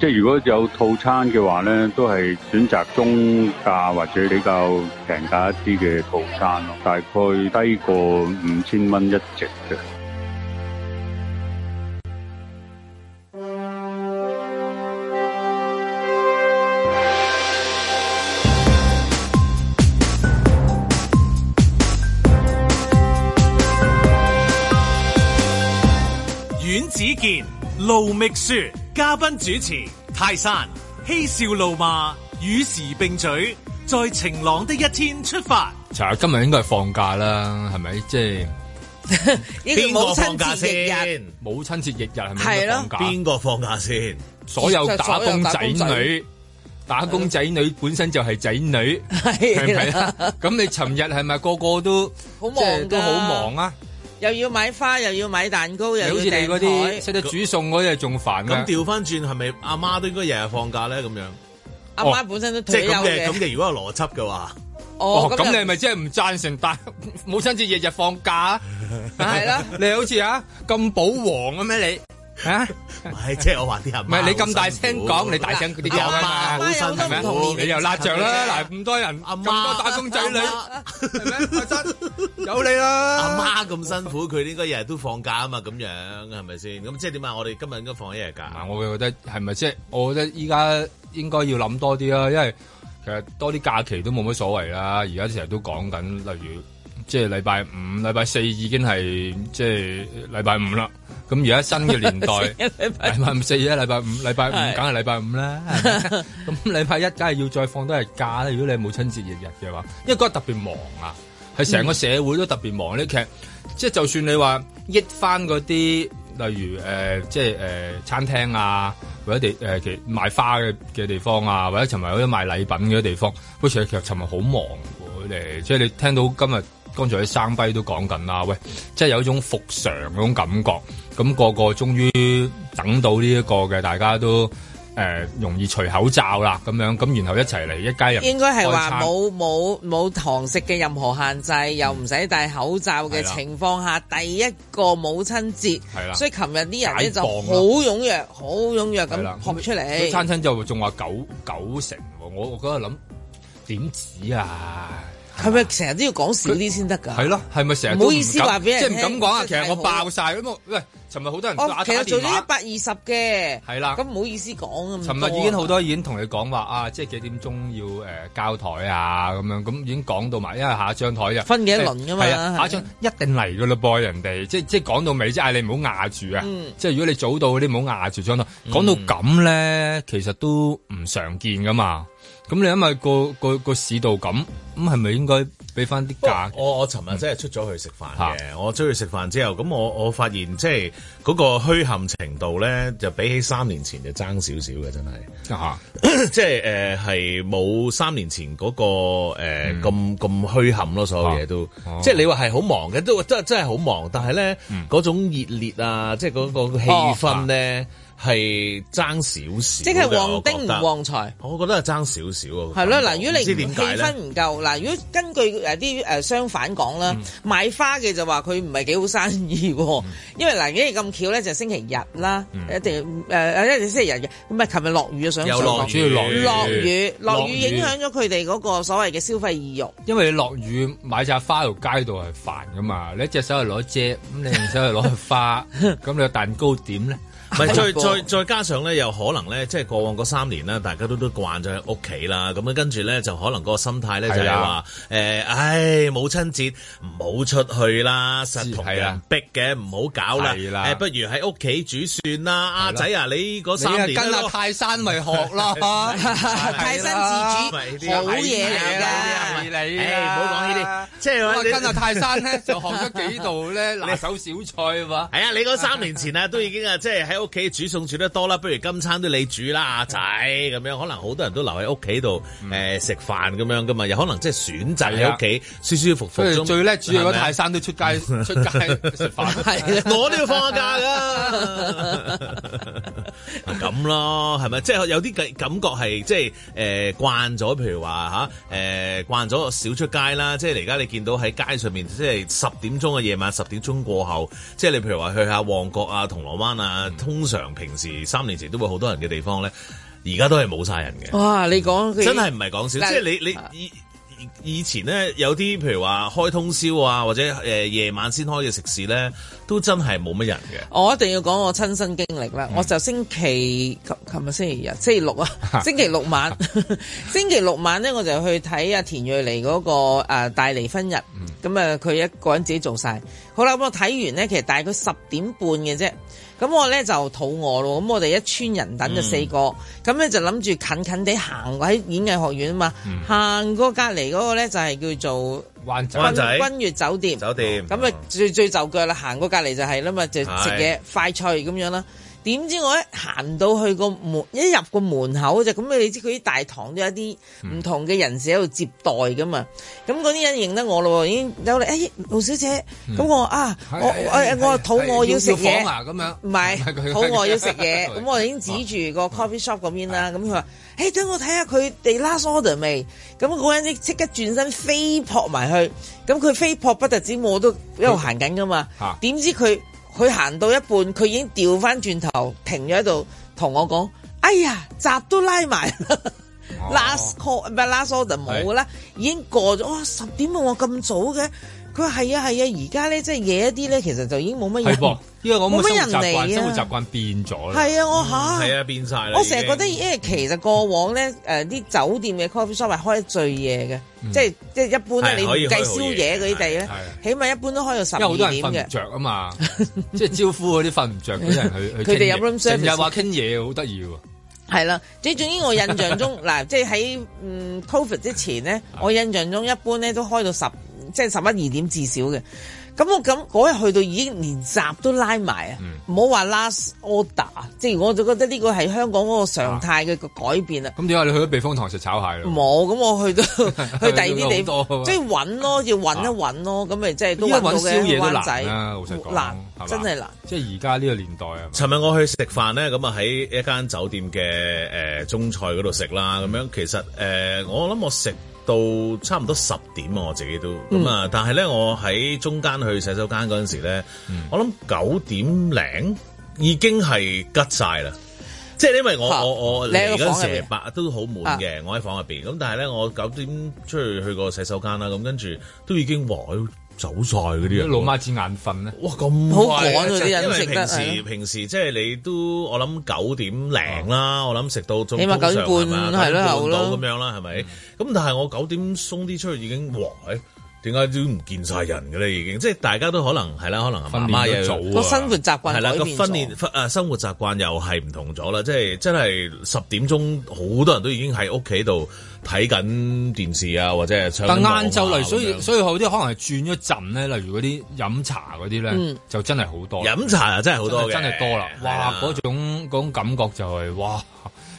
G: 即係如果有套餐嘅話咧，都係選擇中價或者比較平價一啲嘅套餐咯，大概低過五千蚊一席嘅。
A: 阮子健、盧覓雪，嘉賓主持泰山，嬉笑怒罵，與時並舉，在晴朗的一天出發。
B: 查今日應該係放假啦，係咪？即係
C: 呢個
D: 邊
C: 母
D: 個
C: 親
D: 放假
C: 節翌日。
D: 先？
B: 母親節翌日係咪
C: 係
B: 應該
D: 邊個
C: 咯
B: 放假？
D: 放假先？
B: 所有打工仔
C: 所有打工仔
B: 女打工仔女本身就係仔女，係咪啊？咁你尋日係咪個個都
C: 好忙
B: 即係都
C: 㗎
B: 好忙啊？
C: 又要買花，又要買蛋糕，
B: 你
C: 又要
B: 好似你
C: 訂
B: 嗰
C: 台
B: 啲識得煮餸嗰啲仲煩
D: 咁
B: 啊！
D: 調翻轉係咪阿媽都應該日日放假咧？咁樣
C: 阿
B: 哦
C: 媽本身都
D: 即
C: 退
D: 係
C: 休
D: 咁嘅咁
C: 嘅。
D: 嘅，如果有邏輯嘅話，
C: 哦咁
B: 咁
C: 又
B: 你係咪即係唔贊成大 母親節日日放假啊？
C: 係啦，
B: 你好似啊咁保皇嘅咩你啊？
D: 係即係我話啲人
B: 唔係你咁大聲講，你大聲啲講啊
D: 阿
B: 嘛，
D: 媽好辛苦
B: 係咪
D: 好辛苦
B: 你又辣着啦，嗱咁多人，咁多打工仔女，有你啦。
D: 阿媽咁辛苦，佢應該日日都放假啊嘛，咁樣係咪先？咁即係點啊？我哋今日應該放一日假。
B: 我會覺得係咪即係？我覺得依家應該要諗多啲啦，因為其實多啲假期都冇乜所謂啦。而家成日都講緊，例如即係禮拜五、禮拜四已經係即係禮拜五啦。咁而家新嘅 年代，禮拜五四啊，禮拜五、禮拜五
C: 係
B: 梗係禮拜五 啦。係咪咁禮拜一梗係要再放多日假啦。如果你係母親節日日嘅話，因為嗰日特別忙啊，係成個社會都特別忙呢。其實即係就算你話益翻嗰啲，例如誒、呃即係誒、呃餐廳啊，或者地誒、呃其賣花嘅嘅地方啊，或者尋日有啲賣禮品嘅地方，好似其實尋日好忙喎，佢哋即係你聽到今日。剛才啲生輝都講緊啦，喂，即係有一種復常嗰種感覺，咁、個個終於等到呢一個嘅，大家都誒、呃容易除口罩啦，咁樣咁，然後一齊嚟一家人
C: 應該係
B: 開
C: 話
B: 餐
C: 冇冇冇堂食嘅任何限制，又唔使戴口罩嘅
B: 嗯係啦
C: 情況下，第一個母親節
B: 係，啦
C: 所以琴日啲人咧就
B: 解
C: 好
B: 放啦
C: 踴躍，好踴躍
B: 係啦
C: 咁撲出
B: 所以餐
C: 嚟。
B: 廳就仲話九九成喎，我我嗰度諗點止啊？
C: 係咪成日都要講少啲先得㗎？
B: 係咯，係咪成日
C: 啊唔
B: 都
C: 好意思
B: 敢
C: 話俾人
B: 即係唔
C: 聽
B: 敢講啊？其
C: 真係
B: 實我
C: 好
B: 爆晒咁我啊喂，尋日好多人
C: 我
B: 打
C: 哦其實
B: 打
C: 做
B: 電
C: 咗
B: 話
C: 一。百二十嘅，
B: 係啦
C: 咁唔好意思講咁。啊
B: 尋日已經好，多已經同你講話啊，即係幾點鐘要誒、呃交台啊咁樣，咁已經講到埋，因為下一張台就
C: 分幾多輪㗎嘛
B: 係啊，下一張
C: 係
B: 一定嚟噶啦噃，人哋即即係講到尾，即係嗌你唔好壓住啊！
C: 嗯
B: 即係如果你早到嗰啲唔好壓住張台，講到咁咧，其實都唔常見噶嘛。咁你因為個個個市道咁，咁係咪應該俾翻啲價？
D: 我我尋
C: 嗯
D: 日真係出咗去食飯嘅，我出去食飯之後，咁我我發現即係嗰個虛陷程度咧，就比起三年前就爭少少嘅， 真
C: 哦
D: 係。即係誒係冇三年前嗰、個誒
C: 嗯
D: 咁咁虛陷咯，所有嘢都，
B: 哦
D: 即係你話係好忙嘅，都真真係好忙，但係咧
C: 嗯
D: 嗰種熱烈啊，即係嗰個氣氛咧係爭少少嘅，
C: 哦即係旺
D: 我覺
C: 丁唔
D: 得
C: 旺財。
D: 我覺得係爭少少啊。
C: 係咯，
B: 嗯
C: 嗱，如果
D: 唔
C: 你
D: 知
C: 唔
D: 點
C: 氣
D: 解
C: 氛
D: 咧？
C: 唔夠，嗱，如果根據誒啲呃誒商販講啦，
B: 嗯
C: 賣花嘅就話佢唔係幾好生意喎，因為嗱，因為咁巧咧就星期日啦，
B: 嗯
C: 一定誒誒，一定星期日嘅，咁啊，琴日落雨啊，想
B: 又
C: 上
B: 落
C: 網
B: 主要落雨
C: 落雨，落
B: 落
C: 雨
B: 雨
C: 影響咗佢哋嗰個所謂嘅消費意欲。
B: 因為你落雨買扎花喺條街度係煩噶嘛，你一隻手係攞遮，咁你另一隻手係攞去 花，咁你個蛋糕點咧？
D: 唔係，再再再加上咧，有可能咧，即係過往嗰三年啦，大家都都慣咗喺屋企啦，咁樣跟住咧就可能個心態咧就
B: 係
D: 係
B: 啊
D: 話誒，唉，母親節唔好出去啦，實同
B: 係
D: 人
B: 啦
D: 逼嘅，唔好搞啦，
B: 係啦
D: 誒，不如喺屋企煮算啦，阿
B: 係啦
D: 仔啊，你嗰三
B: 你
D: 年
B: 啊跟
D: 啦
B: 阿泰山咪學咯，
C: 泰
B: 啊
C: 山自主好嘢嚟㗎。 哎
B: 係你
D: 誒唔好
B: 哎
D: 講呢啲即係話
B: 我
D: 你
B: 啊跟阿泰山咧就學咗幾 度咧拿手小菜嘛。
D: 係啊，你嗰三年 前啊，都已經啊，即係喺屋企煮餸煮得多啦，不如今餐都你煮啦，阿仔
B: 嗯
D: 咁樣，可能好多人都留喺屋企度誒食飯咁樣噶嘛，又可能即係選擇喺屋企舒舒服服
B: 啊所以
D: 中。啊
B: 最叻煮
C: 啊
B: 嘢嗰
D: 係
B: 泰山都 出街出街食飯，
D: 咪 啊我都要放下假 噶，啊咁咯，係咪？即係有啲感感覺係即係誒慣咗，譬如話吓誒慣咗少出街啦，即係而家你見到喺街上面，即係十點鐘嘅夜晚十點鐘過後，即係你譬如話去下旺角啊、銅鑼灣啊，通常平時三年前都會好多人嘅地方咧，而家都係冇晒人嘅。
C: 哇！你講佢
D: 真係唔係講笑，即係你
C: 啊
D: 你以以前咧有啲譬如話開通宵啊，或者誒、呃夜晚先開嘅食肆咧，都真係冇乜人嘅。
C: 我一定要講我親身經歷啦。我就星期琴琴日星期日，星期六啊， 星期六晚，星期六晚咧我就去睇阿田蕊妮嗰、個、呃、大離婚日。咁啊，佢一個人自己做晒。好啦，咁我睇完咧，其實大概十點半嘅啫。咁我咧就肚餓咯，咁我哋一村人等咗四個，咁咧、就諗住近近地行過喺演藝學院啊嘛，行過隔離嗰個咧就係叫做
B: 灣仔
D: 灣仔
C: 君悦酒店。
D: 酒店哦
C: 咁啊最最就腳啦，行過隔離就係啦嘛，就食嘢
D: 係
C: 快脆咁樣啦。點知我一行到去個門，一入個門口就咁，你知佢啲大堂都有啲唔同嘅人士喺度接待噶嘛。咁嗰啲人認得我咯喎，已經走嚟，誒盧小姐，
D: 嗯
C: 咁我話啊，我我我話肚餓要食嘢，
B: 啊咁樣，
C: 唔 係肚餓要食嘢，咁我已經指住個 coffee shop 嗰邊啦。咁佢話：誒等我睇下佢哋 last order 未？咁嗰人即刻轉身飛撲埋去，咁佢飛撲不特止，我都一路行緊噶嘛
B: 嚇。
C: 點知佢佢行到一半，佢已經掉翻轉頭停咗喺度，同我講：哎呀，閘都拉埋啦。last
B: 哦
C: call 唔係 last order 冇啦，已經過咗。哇，十點啊，我咁早嘅。佢話係啊係啊，而家咧即係夜一啲咧，其實就已經冇乜
B: 係
C: 人，
B: 噃，呢個咁
C: 冇
B: 嘅
C: 乜
B: 生活習慣，
C: 人
B: 生活
C: 嚟
B: 習
C: 啊。
B: 慣變咗啦。
C: 係啊，我嚇。
D: 係啊，變晒啦。
C: 我成日覺得，
D: 已經
C: 因為其實過往咧，誒、啲酒店嘅 coffee shop 係開得最夜嘅，即係即係一般咧，
B: 嗯係
C: 你
B: 可以
C: 唔
B: 開
C: 計
B: 好
C: 宵
B: 夜
C: 夜嗰啲地咧，起碼一般都開到十
B: 因為好多
C: 二
B: 人
C: 點
B: 瞓
C: 嘅
B: 唔。着啊嘛， 即係招呼嗰啲瞓唔着嗰啲人 去去
C: 佢哋
B: 傾
C: 有 room
B: 嘢成日
C: service
B: 話傾嘢好得意喎。
C: 係啦，即係總之我印象 中嗱，即係喺嗯 Covid 之前咧，
B: 啊
C: 我印象中一般咧都開到十，即係十一二點至少嘅。咁我咁嗰日去到已經連閘都拉埋啊！
B: 嗯
C: 唔好話 last order，即係啊我就覺得呢個係香港嗰個
B: 啊
C: 常態嘅個改變啊啦。
B: 咁點解你去咗避風塘食炒蟹咯？
C: 冇，咁我 去到去第二啲地
B: 好多啊
C: 方，即係揾咯，要揾一揾咯，咁咪即係都
B: 依家
C: 揾到
B: 揾宵
C: 嘅
B: 夜都
C: 灣
B: 難啦，
C: 仔。
B: 老實講，
C: 難
B: 係嘛
C: 真係難。
B: 即係而家呢個年 代啊，
D: 尋日我去食飯咧，咁啊喺一間酒店嘅誒、呃中菜嗰度食啦，咁樣其實誒、呃我諗我食到差唔多十點啊，我自己都
E: 嗯
D: 咁啊，但係咧我喺中間去洗手間嗰陣時咧，
E: 嗯
D: 我諗九點零已經係吉晒啦。即係因為我
E: 嚇
D: 我我
E: 你喺
D: 嚟
E: 個
D: 嗰陣
E: 房入
D: 時
E: 邊啊
D: 係八都好滿嘅，我喺房入邊。咁但係咧，我九點出去去個洗手間啦，咁跟住都已經話走晒嗰啲人。
B: 老媽子眼瞓咧，
D: 哇咁
B: 好
D: 快
B: 趕啊啲人
D: 因為
B: 食得
D: 平時
B: 係啊
D: 平時即係你都我諗九點零啦，我諗食到中
C: 起碼九點半
D: 通常係咪啊
C: 係
D: 九
C: 咯
D: 點半
C: 有
D: 到
C: 咯
D: 咁樣啦，係
B: 嗯
D: 咪？咁但係我九點鬆啲出去已經哇！欸點解都唔見晒人嘅咧？已經即係大家都可能係啦，可能
B: 訓
D: 媽媽
B: 練得
D: 又
B: 早啊個生活習慣
D: 係啦，
B: 改
D: 個
B: 變
D: 訓
B: 咗
D: 練誒生活習慣又係唔同咗啦。即係真係十點鐘，好多人都已經喺屋企度睇緊電視啊，或者係唱緊
B: 但
D: 歌啊
B: 晏晝嚟，所
D: 咁樣
B: 以所以有啲可能係轉咗陣咧，例如嗰啲飲茶嗰啲咧
D: 嗯，
B: 就真係好多。
D: 飲茶啊真係好多嘅
B: 真係多啦！
D: 係啊
B: 哇
D: 啦，
B: 嗰種嗰種感覺就係哇，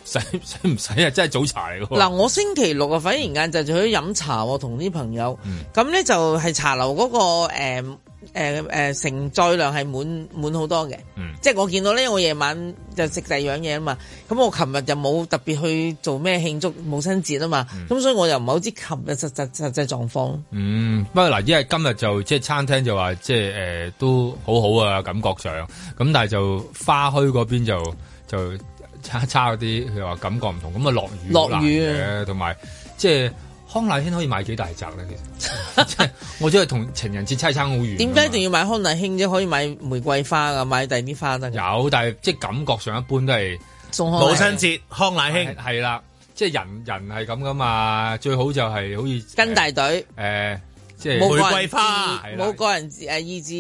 B: 使使唔使啊？真係早茶嚟㗎。
C: 嗱，我星期六啊，反而晏晝就去飲茶喎，同啲朋友。
B: 嗯
C: 咁咧就係茶樓嗰個誒誒誒承載量係滿滿好多嘅。
B: 嗯
C: 即係我見到咧，我夜晚就食第二樣嘢啊嘛。咁我琴日就冇特別去做咩慶祝母親節啊嘛。咁所以我又唔係好知琴日實實實際狀況。
B: 嗯，不過嗱，因為今日就即係餐廳就話即係誒、呃都好好啊，感覺上咁，但係就花墟嗰邊就就差差嗰啲，佢話感覺唔同，咁啊落雨
C: 落雨
B: 好難嘅，同埋即係康乃馨可以買幾大扎咧？其實 即係我真係同情人節差差好遠。
C: 點解一定要買康乃馨啫？可以買玫瑰花噶，買第二啲花得㗎。
B: 有，但係即係感覺上一般都係
C: 送康乃馨母親
D: 節康乃馨
B: 係啦，即係人人係咁噶嘛，最好就係好似
C: 跟大隊
B: 誒、呃即係
C: 冇個人意
B: 係啦
C: 冇個人誒意
B: 嗯
C: 志。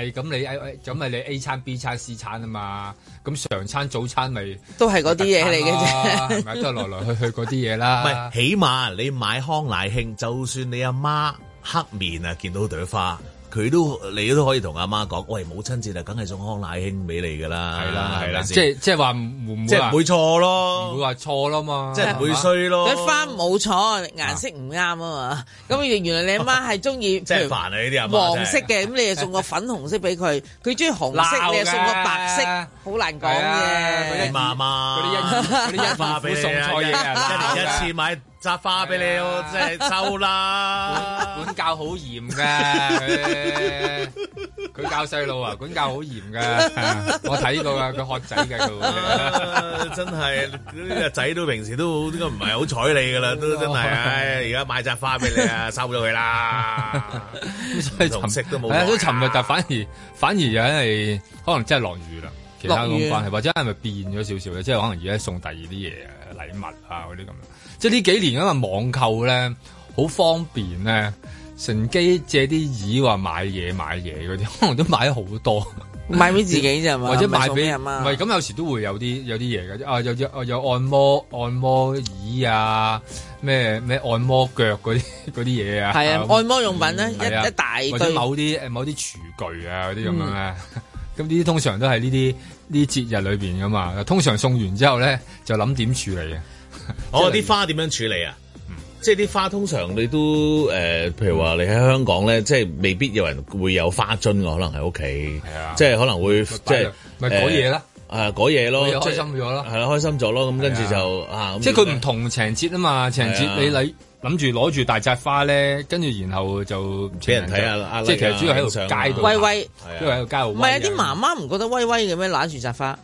B: 係咁你誒咁咪你 A 餐 B 餐 C 餐啊嘛，咁上餐早餐咪
C: 都係嗰啲嘢嚟嘅啫
B: 特餐啦係咪都係來來去去嗰啲 嘢
D: 唔係
B: 啦，。
D: 起碼你買康乃馨，就算你阿媽黑面啊，見到朵花，佢都你都可以同阿媽講：喂，母親節啊，梗係送康乃馨俾你㗎啦，
B: 係啦係
D: 係
B: 啦，
D: 咪
B: 即
D: 先
B: 係即係話唔會
D: 即係唔會錯
B: 咯，唔會話錯咯嘛，
D: 即係唔會衰咯
C: 朵花冇錯，顏色唔啱啊嘛。咁原來你阿媽係中 意
D: 真係煩啊呢啲阿媽真係
C: 黃色嘅，咁你又送個粉紅色俾佢。佢中意紅
B: 鬧
C: 色，
B: 㗎
C: 你又送個白色，好難講
B: 係啊嗰
C: 嘅
B: 啲。
D: 媽媽
B: 嗰啲一嗰啲一
D: 花
B: 花
D: 俾
B: 俾
D: 你
B: 送
D: 啊
B: 錯 嘢啊，
D: 一年一次買扎花俾 你，我真係收啦。
B: 管教好嚴嘅， 佢佢教細路啊，管教好嚴嘅，我睇過啊，佢學仔嘅佢
D: 會。 真係呢個仔都平時都應該唔係好睬你㗎 啦，都真係，唉，而家買扎花俾你啊，收咗佢啦。
B: 所以
D: 唔同色都冇
B: 係啊，
D: 落
B: 所以尋日就反而反而又係可能真係落雨啦，其他咁關係，或者係咪變咗少少咧？即係可能而家送第二啲嘢啊禮物啊嗰啲咁樣。即係呢幾年因為網購咧好方便咧，乘機借啲耳話買嘢買嘢嗰啲， 可能都買咗好多。
C: 買俾自己啫嘛
B: 或者
C: 唔係
B: 買
C: 送
B: 俾
C: 俾阿
B: 唔
C: 媽
B: 係咁，有時都會有啲有啲嘢嘅，啊有有有按摩按摩椅啊，咩咩按摩腳嗰啲嗰啲嘢啊，
C: 係啊，按摩用品咧
B: 係啊
C: 一一大
B: 或者呃
C: 堆。嗯
B: 某啲誒某啲廚具啊嗰啲咁樣咧， 咁呢啲通常都係呢啲呢節日裏邊噶嘛。通常送完之後咧，就諗點處理啊嘅。
D: 哦，啲花點樣處理啊？即係啲花通常你都誒、呃譬如話你喺香港咧，即係未必有人會有花樽嘅，可能喺屋企，即係可能會即係
B: 啊咪嗰嘢啦，
D: 誒嗰嘢咯，
B: 嗰嘢
D: 即係
B: 開心咗咯，
D: 係啦，啊開心咗咯，咁跟住就
B: 係
D: 啊，咁
B: 即係
D: 點
B: 佢唔
D: 呢
B: 同情人節啊嘛，情人
D: 係啊
B: 節你諗諗住攞住大扎花咧，跟住然後就俾
D: 人睇下啦
B: 即係其
D: 啊
B: 實主要喺
D: 影相
B: 度街
D: 啊
B: 度
C: 威威
B: 行，都係喺度街度
C: 唔
B: 威
C: 係啊！
B: 嘅
C: 啲媽媽唔覺得威威嘅咩？揦住扎花，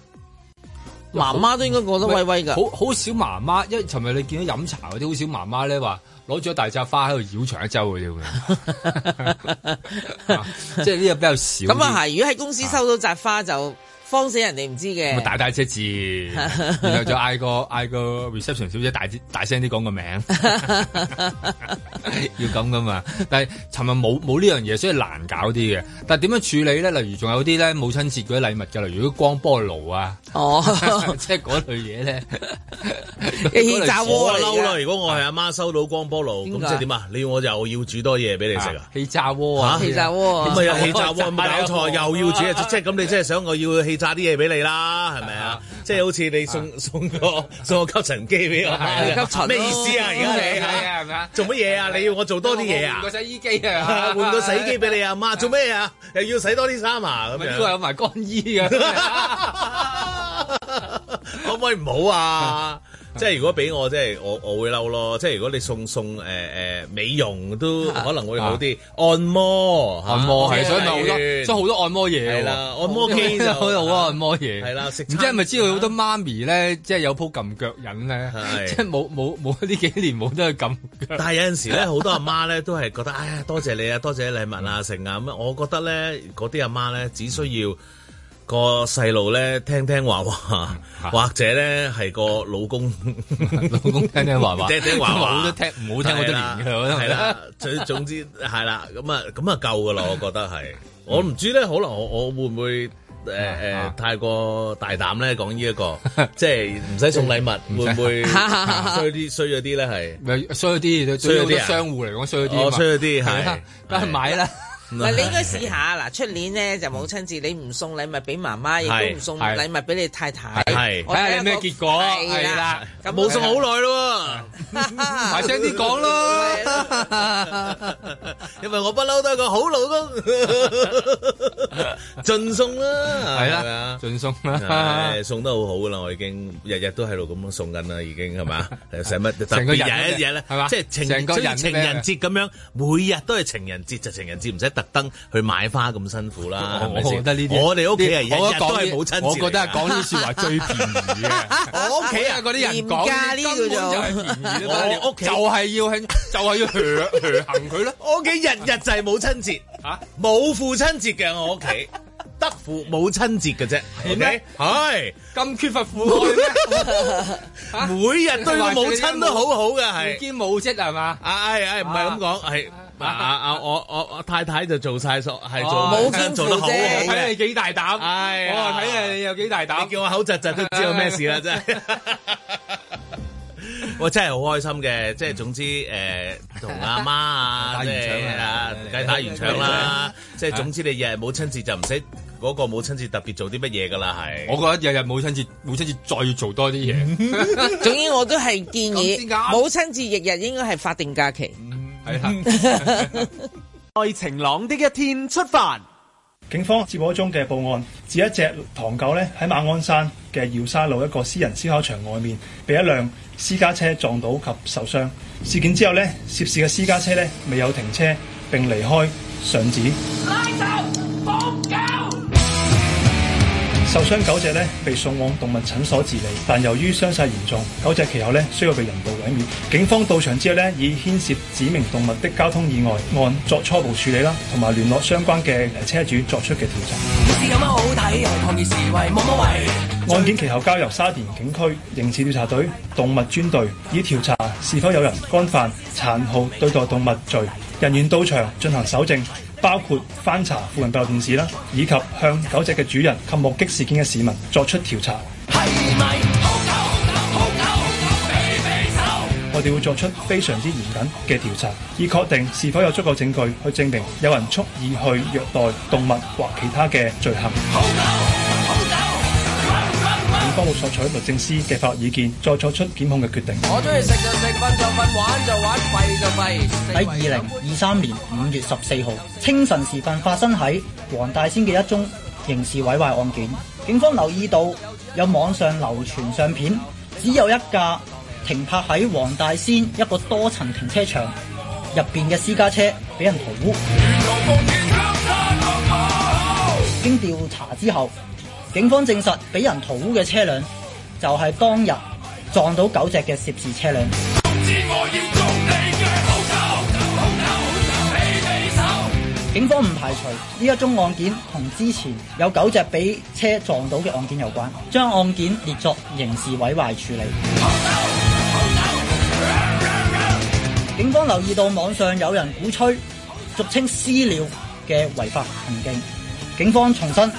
C: 媽媽都應該覺得威威㗎。
B: 好好少媽媽，因為尋日你見到飲茶嗰啲，好少媽媽咧話攞咗大扎花喺度繞場一周嘅啫咁 樣啊 即係呢個比較少啲。
C: 咁啊係，如果喺公司收到扎花就慌死人哋唔知嘅
B: 啊咪。大大隻 字，然後就嗌個嗌個 reception 小姐大啲大聲啲 講個名，要咁噶嘛。但係尋日冇冇呢樣嘢，所以難搞啲嘅。但係點樣處理咧？例如仲有啲咧母親節嗰啲禮物嘅，例如啲光波爐啊，
C: 哦
B: 即 係嗰類 嘢咧，
C: 氣炸
D: 我啊
C: 鍋嚟
D: 嬲啦！
C: 㗎
D: 如果我係阿媽收到光波爐，
C: 點
D: 咁
C: 解
D: 即係點啊？你要我又要煮多嘢俾你食啊？
B: 氣炸鍋
D: 啊
B: 啊，
C: 氣炸 鍋啊
D: 咁咪又氣炸鍋，
B: 炸
D: 有冇搞錯又要煮啊！即係咁，你即係想我要氣炸啲嘢俾你啦，係咪啊？即係好似你送送個送個吸塵機俾我
B: 係吸塵
D: 媽，
B: 咯
D: 咩意思啊？而家你
B: 係啊係咪啊
D: 做乜嘢啊？你要我做多啲嘢啊
B: 換？個洗衣機啊，
D: 換個洗衣機俾你啊！媽做咩啊？又要洗多啲衫啊？咁
B: 咪
D: 樣
B: 呢個有埋乾衣嘅。
D: 可唔可以唔好啊？即係如果俾我，即係我我會嬲咯。即係如果你送送誒誒美容都可能會好啲，按摩
B: 啊按摩係，
D: 嚇
B: 所以咪好多，所以好多按摩嘢喎
D: 係啦按摩機就
B: 好多好多按摩嘢，
D: 係啦食
B: 唔知係咪知道好多媽咪咧，即係有鋪撳腳癮咧，即係冇冇冇呢幾年冇得去撳 腳。
D: 但係有陣時咧，好多阿媽咧都係覺得，哎呀，多謝你啊，多謝你禮物啊，成啊咁。我覺得咧，嗰啲阿媽咧，只需要個細路咧聽聽話話，或者咧係個老公
B: 老公聽聽話話
D: 聽聽話話，
B: 唔好都聽唔好聽好多年㗎啦
D: 係啦，總總之係啦，咁啊咁啊夠噶啦，我覺得係。我唔知咧，可能我我會唔會？誒誒，太過大膽咧，講呢 一個，即係唔使送禮物，會唔會衰啲衰咗啲咧？係
B: 咪衰咗
D: 衰咗
B: 啲，
D: 啲啊
B: 對於好多商戶嚟講衰咗啲啊嘛。
D: 哦衰咗啲係
B: 啦梗係買啦。
C: 唔係你應該試下嗱，出年咧就母親節，你唔送禮物俾媽媽，亦
B: 係
C: 都唔送
B: 係
C: 禮物俾你太太，
B: 係
C: 我
B: 睇下你咩
C: 個
B: 結果係啦，
C: 咁啊
B: 冇送好
D: 耐 咯，
B: 大聲啲講咯。
D: 因為我不嬲都係個好老 公，盡送啦，
B: 係啦
D: 咪啊
B: 盡送啦
D: 係啊送得好好噶啦，我已經日日都喺度咁樣送緊啦，已經係 嘛，使乜特
B: 成個
D: 別
B: 人
D: 有一日咧，
B: 係嘛
D: 即係情
B: 成個人
D: 好似情人節咁樣，每日都係情人節就情人節，唔使特登去買花咁辛苦啦，係
B: 我
D: 啊咪
B: 覺
D: 先
B: 得呢啲，
D: 我哋屋企人日日
B: 我
D: 都係母親節嚟㗎，
B: 覺得講呢我覺得係講呢啲説話最便宜嘅。
D: 我屋企啊
B: 嗰啲人講
C: 廉價呢
B: 根本
C: 叫
B: 就
C: 做
B: 係便宜啦
D: 我屋企
B: 就係要喺就係 要嘰嘰行佢啦。
D: 我屋企日日就係母親節，
B: 嚇
D: 冇父親節嘅我屋 企，得父母親節嘅啫。
B: 係
D: O
B: 咩
D: K，係
B: 咁缺乏父愛咩？
D: 每日對個母親都好好嘅，
B: 無
D: 係
B: 兼母職係嘛？
D: 啊係係唔係咁講係。啊啊！我我我太太就做晒所係做
B: 哦
D: 母親做得好好
B: 我睇你
D: 嘅，
B: 幾大膽，
D: 哎呀
B: 我睇下你有幾大膽
D: 你。叫我口窒窒都知道咩事啦，真係。我真係好開心嘅，即係總之誒，同阿媽啊，
B: 打
D: 即
B: 完場
D: 係
B: 啊
D: 啊，計打完場啦，即係總之你日日母親節就唔使嗰個母親節特別做啲乜嘢㗎啦，係。
B: 我覺得日日母親節，母親節再要做多 啲嘢，
C: 總之我都係建
B: 咁
C: 議
B: 先啱
C: 母親節日日應該係法定假期。
B: 係啦。 嗯
F: 在晴朗的一天出發。
M: 警方接獲一宗嘅報案，指一隻唐狗咧喺馬鞍山嘅耀沙路一個私人燒烤場外面，被一輛私家車撞到及受傷。事件之後咧，涉事嘅私家車咧未有停車並離開上址。受傷狗隻咧被送往動物診所治理，但由於傷勢嚴重，狗隻其後咧需要被人道毀滅。警方到場之後咧，以牽涉指明動物的交通意外案作初步處理啦，同埋聯絡相關嘅誒車主作出嘅調查。
N: 有乜好睇？抗議示威冇乜謂。
M: 案件其後交由沙田警區刑事調查隊動物專隊，以調查是否有人干犯殘酷對待動物罪。人員到場進行搜證，包括翻查附近閉路電視啦，以及向狗隻嘅主人及目擊事件嘅市民作出調查。
N: 係咪好狗？好狗？好狗？
M: 我
O: 我哋會作出非常之嚴謹嘅調查，以確定是否有足夠證據去證明有人蓄意去虐待動物或其他嘅罪行。警方會索取律政司嘅法律意見，再作出檢控嘅決定。
P: 我中意食就食，瞓就瞓，玩就玩，廢就廢。
M: 喺二零二三年五月十四號清晨時分發生喺黃大仙嘅一宗刑事毀壞案件。警方留意到有網上流傳相片，只有一架停泊喺黃大仙一個多層停車場入邊嘅私家車俾人塗污。經調查之後，警方證實俾人塗污嘅車輛就係當日撞到九隻嘅涉事車輛。警方唔排除呢一宗案件同之前有九隻俾車撞到嘅案件有關，將案件列作刑事毀壞處理。警方留意到網上有人鼓吹俗稱私了嘅違法行徑，警方重申，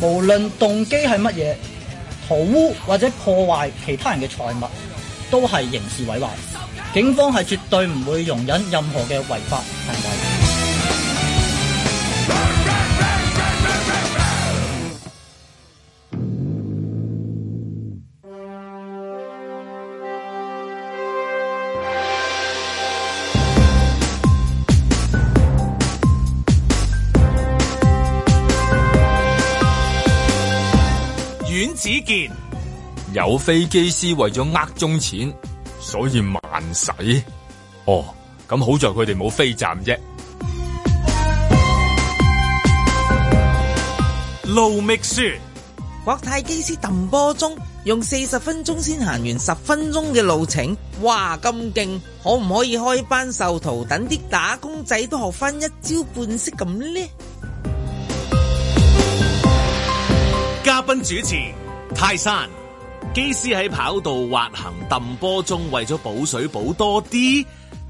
M: 無論動機係乜嘢，塗污或者破壞其他人嘅財物，都係刑事毀壞。警方係絕對唔會容忍任何嘅違法行為。
Q: 阮子健、
B: 有飛機師為咗呃中錢，所以慢使。哦，咁好在佢哋冇飛站啫。
Q: 路觅雪，
C: 國泰機師揼波鐘用四十分鐘先行完十分鐘嘅路程，哇咁勁！可唔可以開班授徒，等啲打工仔都學翻一招半式咁呢？。
Q: 嘉賓主持泰山，
D: 機師喺跑道滑行揼波鐘，為咗補水補多啲。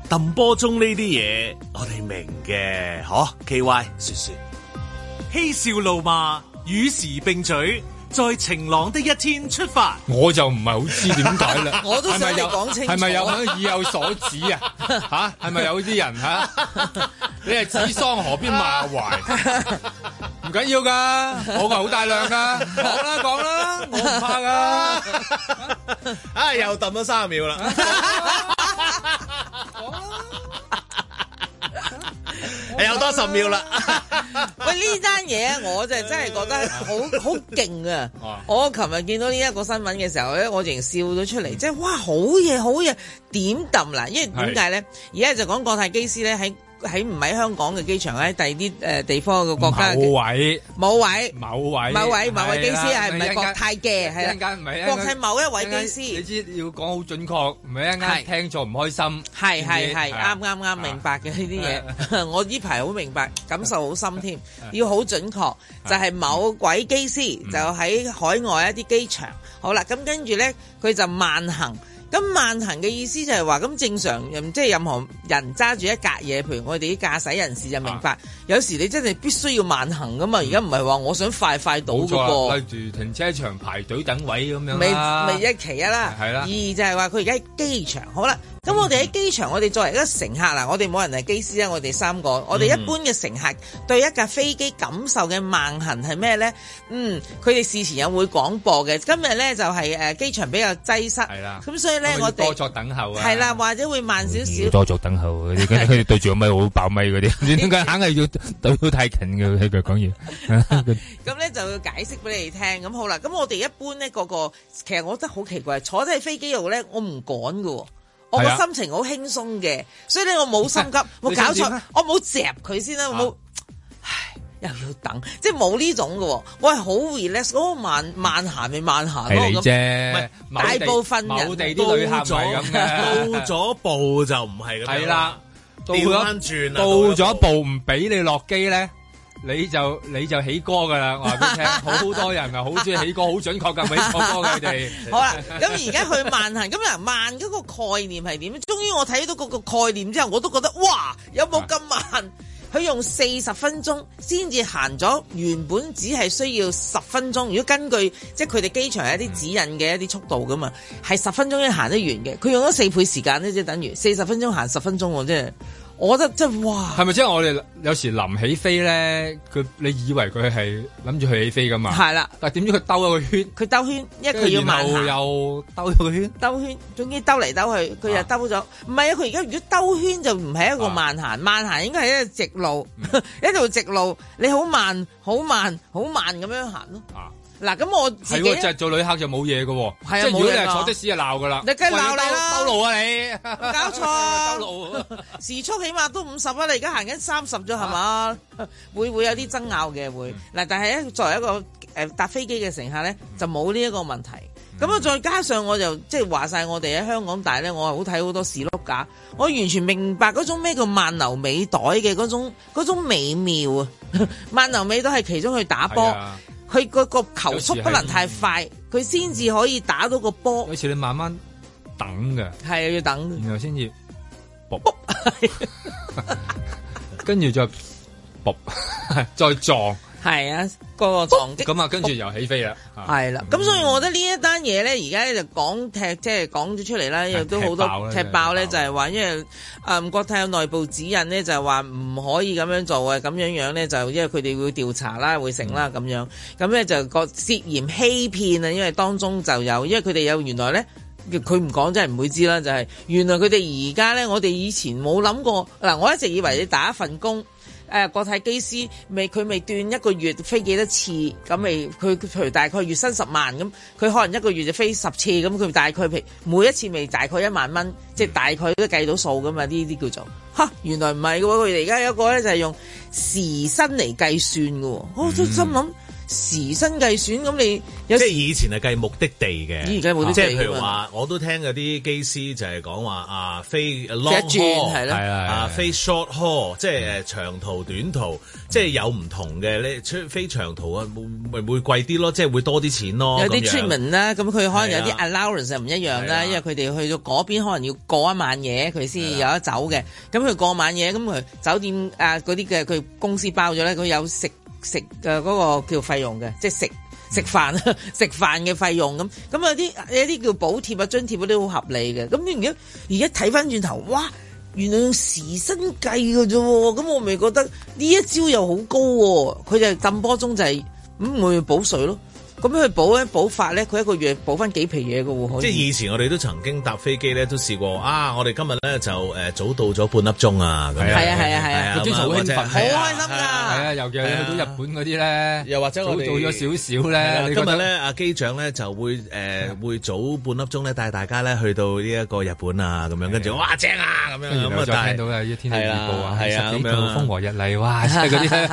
D: 揼波鐘呢啲嘢，我哋明嘅，嗬？K Y 雪雪，
Q: 嬉笑怒罵，與時並舉，在晴朗的一天出發。
B: 我就唔係好知點解啦
C: 我都想
B: 係咪有
C: 你講清楚
B: 係咪有意有所指 啊？吓，係咪有啲人吓？你係指桑河邊罵槐？唔緊要噶，我個好大量噶，講啦講啦，我唔怕噶。
D: 啊，又揼咗三十秒啦。 又多十秒 啦。
C: 喂，呢單嘢我就真係覺 得好好勁啊！
B: 哦
C: 我琴日見到呢一個新聞嘅時候咧，我仲笑咗出
B: 嗯
C: 嚟，即係哇好嘢好嘢，點揼嗱？因為點解咧？而家就講國泰機師咧喺喺唔喺香港嘅機場喺第二啲誒呃地方嘅國家嘅
B: 某位
C: 某位
B: 某位
C: 某位某位機師啊
B: 係啦
C: 係唔係國泰嘅？係啦
B: 一陣間唔係
C: 國泰某一位機師。
B: 師，你知要講好準確，唔係一
C: 係
B: 陣間聽錯唔開心。
C: 係係
B: 知唔知
C: 係，啱啱啱
B: 啊
C: 明白嘅呢啲嘢， 我呢排好明白，感受好深添，
B: 啊
C: 要好準確，就係某鬼機師
B: 嗯
C: 就喺海外一啲機場，好啦，咁跟住呢，佢就慢行。咁慢行嘅意思就係話，咁正常嗯即係任何人揸住一格嘢，譬如我哋啲駕駛人士就明
B: 啊
C: 白，有時你真係必須要慢行噶嘛。而家唔係話我想快快到嘅
B: 嗯冇錯
C: 噃
B: 啦，。例如停車場排隊等位咁樣
C: 未
B: 啦
C: 未一期一啊啦，
B: 啊係啦
C: 二就係話佢而家喺機場，好啦，咁我哋喺機場，我哋作為一個乘客嗱，我哋冇人係機師啊，我哋三個，我
B: 嗯
C: 哋一般嘅乘客對一架飛機感受嘅慢行係咩咧？嗯，佢哋事前有會廣播嘅，今日咧就係誒機場比較擠塞，
B: 係啦
C: 咁所以咧
B: 咁啊要
C: 我
B: 多
C: 哋
B: 作等候啊。
C: 係啦，或者會慢少少
B: 要。多做等候嗰啲， 跟住對住個咪好爆咪嗰啲，點解硬係要對到太近嘅喺佢講 嘢？
C: 咁咧就要解釋俾你哋聽。咁好啦，咁我哋一般咧個個，其實我覺得好奇怪，坐低喺飛機度咧，我唔趕嘅喎。我
B: 係
C: 個
B: 啊
C: 心情好輕鬆嘅，所以咧我冇心急，冇
B: 你
C: 搞
B: 想點
C: 錯
B: 啊，
C: 我冇夾佢先啦，冇。唉，又要等，即係冇呢種嘅喎。我係好 relax，嗰個慢慢行咪慢行咯。
B: 係你
C: 咁唔係
B: 啫，某地
C: 大部分人
B: 某地啲旅客唔係 咁
D: 到
B: 嘅，
D: 咗步就唔係咁樣。
B: 係啦，到
D: 調翻
B: 咗
D: 轉啦
B: 到咗步唔俾你落機咧。你就你就起歌噶啦，我話俾你聽，好多人啊，好中意起歌，好準確噶，起錯歌佢哋。
C: 好啦，咁而家去慢行，咁嗱慢嗰個概念係點？終於我睇到嗰個概念之後，我都覺得哇，有冇咁慢？ 佢用四十分鐘先至行咗原本只係需要十分鐘。如果根據即係佢哋機場有一啲指引嘅一啲速度噶嘛，係十分鐘已經行得完嘅。佢用咗四倍時間咧，即係等於四十分鐘行十分鐘喎，即係我覺得真係 哇！
B: 係咪即係我哋有時臨起飛咧，佢你以為佢係諗住去起飛噶嘛？
C: 係啦，
B: 但係點知佢兜咗個圈，
C: 佢兜圈，因為佢要慢行
B: 跟住然後又兜咗個圈。
C: 兜圈，總之兜嚟兜去，佢又兜咗。唔係啊，佢而家如果兜圈就唔係一
B: 啊
C: 個慢行，慢行應該係一個直路，
B: 嗯
C: 一條直路，你好慢、好慢、好慢咁樣行咯。嗱，咁我啊自
B: 係
C: 己
B: 喎，就係做旅客就冇嘢嘅喎，
C: 係啊
B: 即係如果你
C: 冇嘢
B: 係
C: 㗎
B: 坐的士就鬧噶啦，
C: 你梗係鬧
B: 喂
C: 你啦，
B: 兜路啊你，
C: 搞錯啊， 時速起碼都五十啊，你而家行緊三十咗係嘛？ 會會有啲爭拗嘅會嗱，但係咧作為一個誒搭飛機嘅乘客咧，就冇呢一個問題。咁啊，再加上我就即係話晒我哋喺香港大咧，我係好睇好多士碌架，我完全明白嗰種咩叫萬流尾袋嘅嗰種嗰種美妙啊！ 萬流尾袋係其中去打波
B: 係啊，
C: 佢個個球速不能太快，佢先至可以打到個波。
B: 有時你慢慢等嘅，
C: 係啊，要等，
B: 然後先至卜， 跟住再卜， 再撞，
C: 係啊，個個撞擊
B: 咁啊，跟住又起飛啦，啊
C: 係啦
B: 嗯
C: 咁所以我覺得呢一單嘢咧，而家咧就講踢，即係講咗出嚟啦，亦都好
B: 踢爆
C: 多
B: 啦
C: 踢爆咧，就係話因為啊國泰有內部指引咧，就係話唔可以咁樣做啊，咁樣樣咧就因為佢哋會調查啦，會成啦咁樣，
B: 嗯
C: 咁咧就個涉嫌欺騙啊，因為當中就有，因為佢哋有原來咧。佢唔講真係唔會知啦，就係、原來佢哋而家咧，我哋以前冇諗過嗱，我一直以為你打一份工。誒、國泰機師未佢未斷一個月飛幾多次，咁未佢佢譬如大概月薪十萬咁，佢可能一個月就飛十次，咁佢大概譬如每一次未大概一萬蚊，即係大概都計到數噶嘛，呢啲叫做 吓，原來唔係嘅喎，佢哋而家有一個咧就係用時薪嚟計算嘅喎，我都心諗時薪計算咁你有
D: 即係以前係計目的地嘅，
C: 咦而家目的地
D: 即係譬如
C: 㗎嘛
D: 話，我都聽有啲機師就係講話啊，飛 long
C: 轉
D: haul
C: 係咯係啊
D: 啊飛 short haul，即係誒長途、短途，即係有唔同嘅咧。出飛長途啊，會會貴啲咯，即係會多啲錢咯。
C: 有啲
D: 咁樣
C: treatment 啦，咁佢可能有
D: 係
C: 啲
D: 啊
C: allowance 就唔一樣
D: 係啊啊
C: 啦，因為佢哋去到嗰邊可能要過一晚嘢，佢先有得走嘅。咁佢過晚嘢，咁佢酒店啊嗰啲嘅佢公司包咗咧，佢有食食嘅嗰個叫費用嘅，即係
D: 嗯
C: 食。食飯 食飯嘅費用咁，咁有啲有啲叫補貼啊、津貼嗰啲好合理嘅。咁而家而家睇翻轉頭，哇！原來用時薪計嘅啫喎，咁我咪覺得呢一招又好高喎、佢就係揼波鐘就係、咁我要補水咯。咁佢補咧補法咧，佢一個月補翻幾皮嘢嘅喎，可
D: 即係
C: 以。
D: 以前我哋都曾經搭飛機咧，都試過啊！我哋今日咧就誒早到咗半粒鐘啊！咁樣
C: 係啊係啊係啊
D: 咁
B: 佢經常好興奮
D: 或者係啊
B: 好
C: 開心㗎
D: 係啊
B: 係啊，尤其係去到日本嗰啲咧，
D: 又或者我哋
B: 做咗少少
D: 係啦
B: 咧，
D: 啊
B: 你
D: 今
B: 覺
D: 日
B: 得啊
D: 咧，阿機長咧就會誒、呃、會早半粒鐘咧帶大家咧去到呢一個日本啊咁樣，跟住哇正啊咁樣
B: 跟住
D: 咁啊，
B: 再聽到啊啲天氣預報啊
D: 係啊
B: 十
D: 咁
B: 幾度
D: 樣
B: 風和日麗哇即係嗰啲咧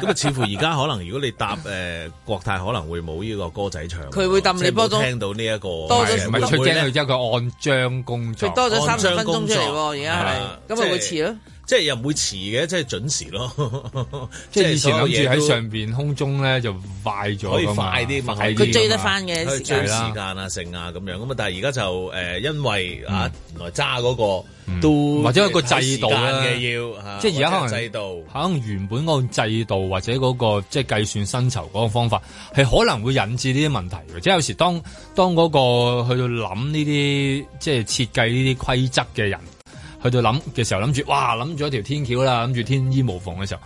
D: 咁啊，似乎而家可能如果你搭誒國泰可能會冇呢個歌仔唱，
C: 佢會揼你波
D: 即
C: 鐘
D: 係冇聽到呢一個啊
C: 多咗
B: 唔係最驚佢之後佢按章工作，
C: 佢多咗三十分鐘出嚟
D: 按章
C: 喎，
D: 工
C: 而
D: 作
C: 家
D: 係啊
C: 係，咁咪會遲咯。
D: 即係又唔會遲嘅，即係準時 咯。
B: 即係以前諗
D: 所有
B: 住
D: 嘢都
B: 喺上邊空中咧就快咗㗎嘛，
D: 可以快啲嘛，
B: 快啲㗎嘛
C: 佢追得返嘅
D: 可以
C: 時間
D: 追時
B: 係
D: 間啊、剩啊咁樣咁啊，但係而家就誒，因為啊，原來揸嗰個
B: 嗯
D: 都
B: 或者有個制度啦
D: 有時間嘅要，啊
B: 即係而家可
D: 或者
B: 能
D: 制度，
B: 可能原本嗰個制度或者嗰、個即係計算薪酬嗰個方法，係可能會引致呢啲問題嘅。即係有時當當嗰、個去到諗呢啲即係設計呢啲規則嘅人，去到諗嘅時候諗住哇諗咗條天橋啦，諗住天衣無縫嘅時候。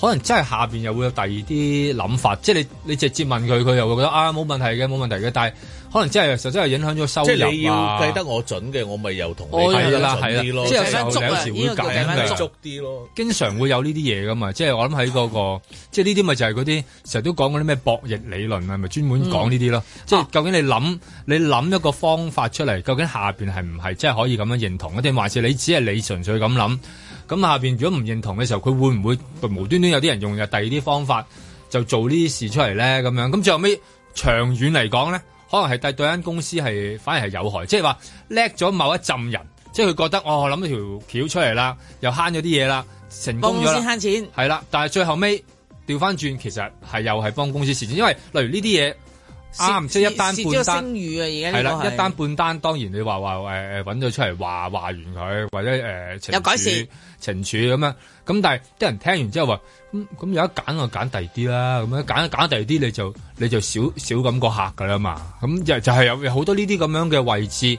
B: 可能真係下邊又會有第二啲諗法，即係你你直接問佢，佢又會覺得啊冇問題嘅，冇問題嘅。但係可能真係實質係影響咗收入
D: 即係你要
B: 啊
D: 計得我準嘅，我咪又同你
B: 我
D: 計得
B: 係啦
D: 準啲咯，
B: 係啦即係有時候有時會
D: 啊計
B: 計
D: 得
B: 嘅
D: 足啲咯。
B: 經常會有呢啲嘢噶嘛，即係我諗喺嗰個，即係呢啲咪就係嗰啲成日都講嗰啲咩博弈理論啊，咪專門講呢啲咯。即係究竟你諗你諗一個方法出嚟，究竟下邊係唔係真係可以咁樣認同，啊定還是你只係你純粹咁諗？咁下邊如果唔認同嘅時候，佢會唔會無端端有啲人用第二啲方法就做呢啲事出嚟咧？咁樣咁最後尾長遠嚟講咧，可能係對對間公司係反而係有害，即係話叻咗某一陣人，即係佢覺得哦我諗到條橋出嚟啦，又慳咗啲嘢啦，成
C: 幫
B: 功
C: 公
B: 咗
C: 司
B: 啦。
C: 慳錢，
B: 係啦，但係最後尾調翻轉，其實係又係幫公司蝕錢，因為例如呢啲嘢啱，即係啊一單
C: 蝕
B: 半
C: 咗
B: 單
C: 聲譽啊！而家呢個
B: 係啦，
C: 係
B: 一單半單當然你話話誒誒揾咗出嚟話話完佢，或者誒、呃、懲
C: 有改善
B: 處懲處咁樣。咁但係啲人聽完之後話，咁、嗯咁有得揀我揀第二啲啦，咁樣揀揀第二啲你就你就少少咁個客噶啦嘛。咁就就係有有好多呢啲咁樣嘅位置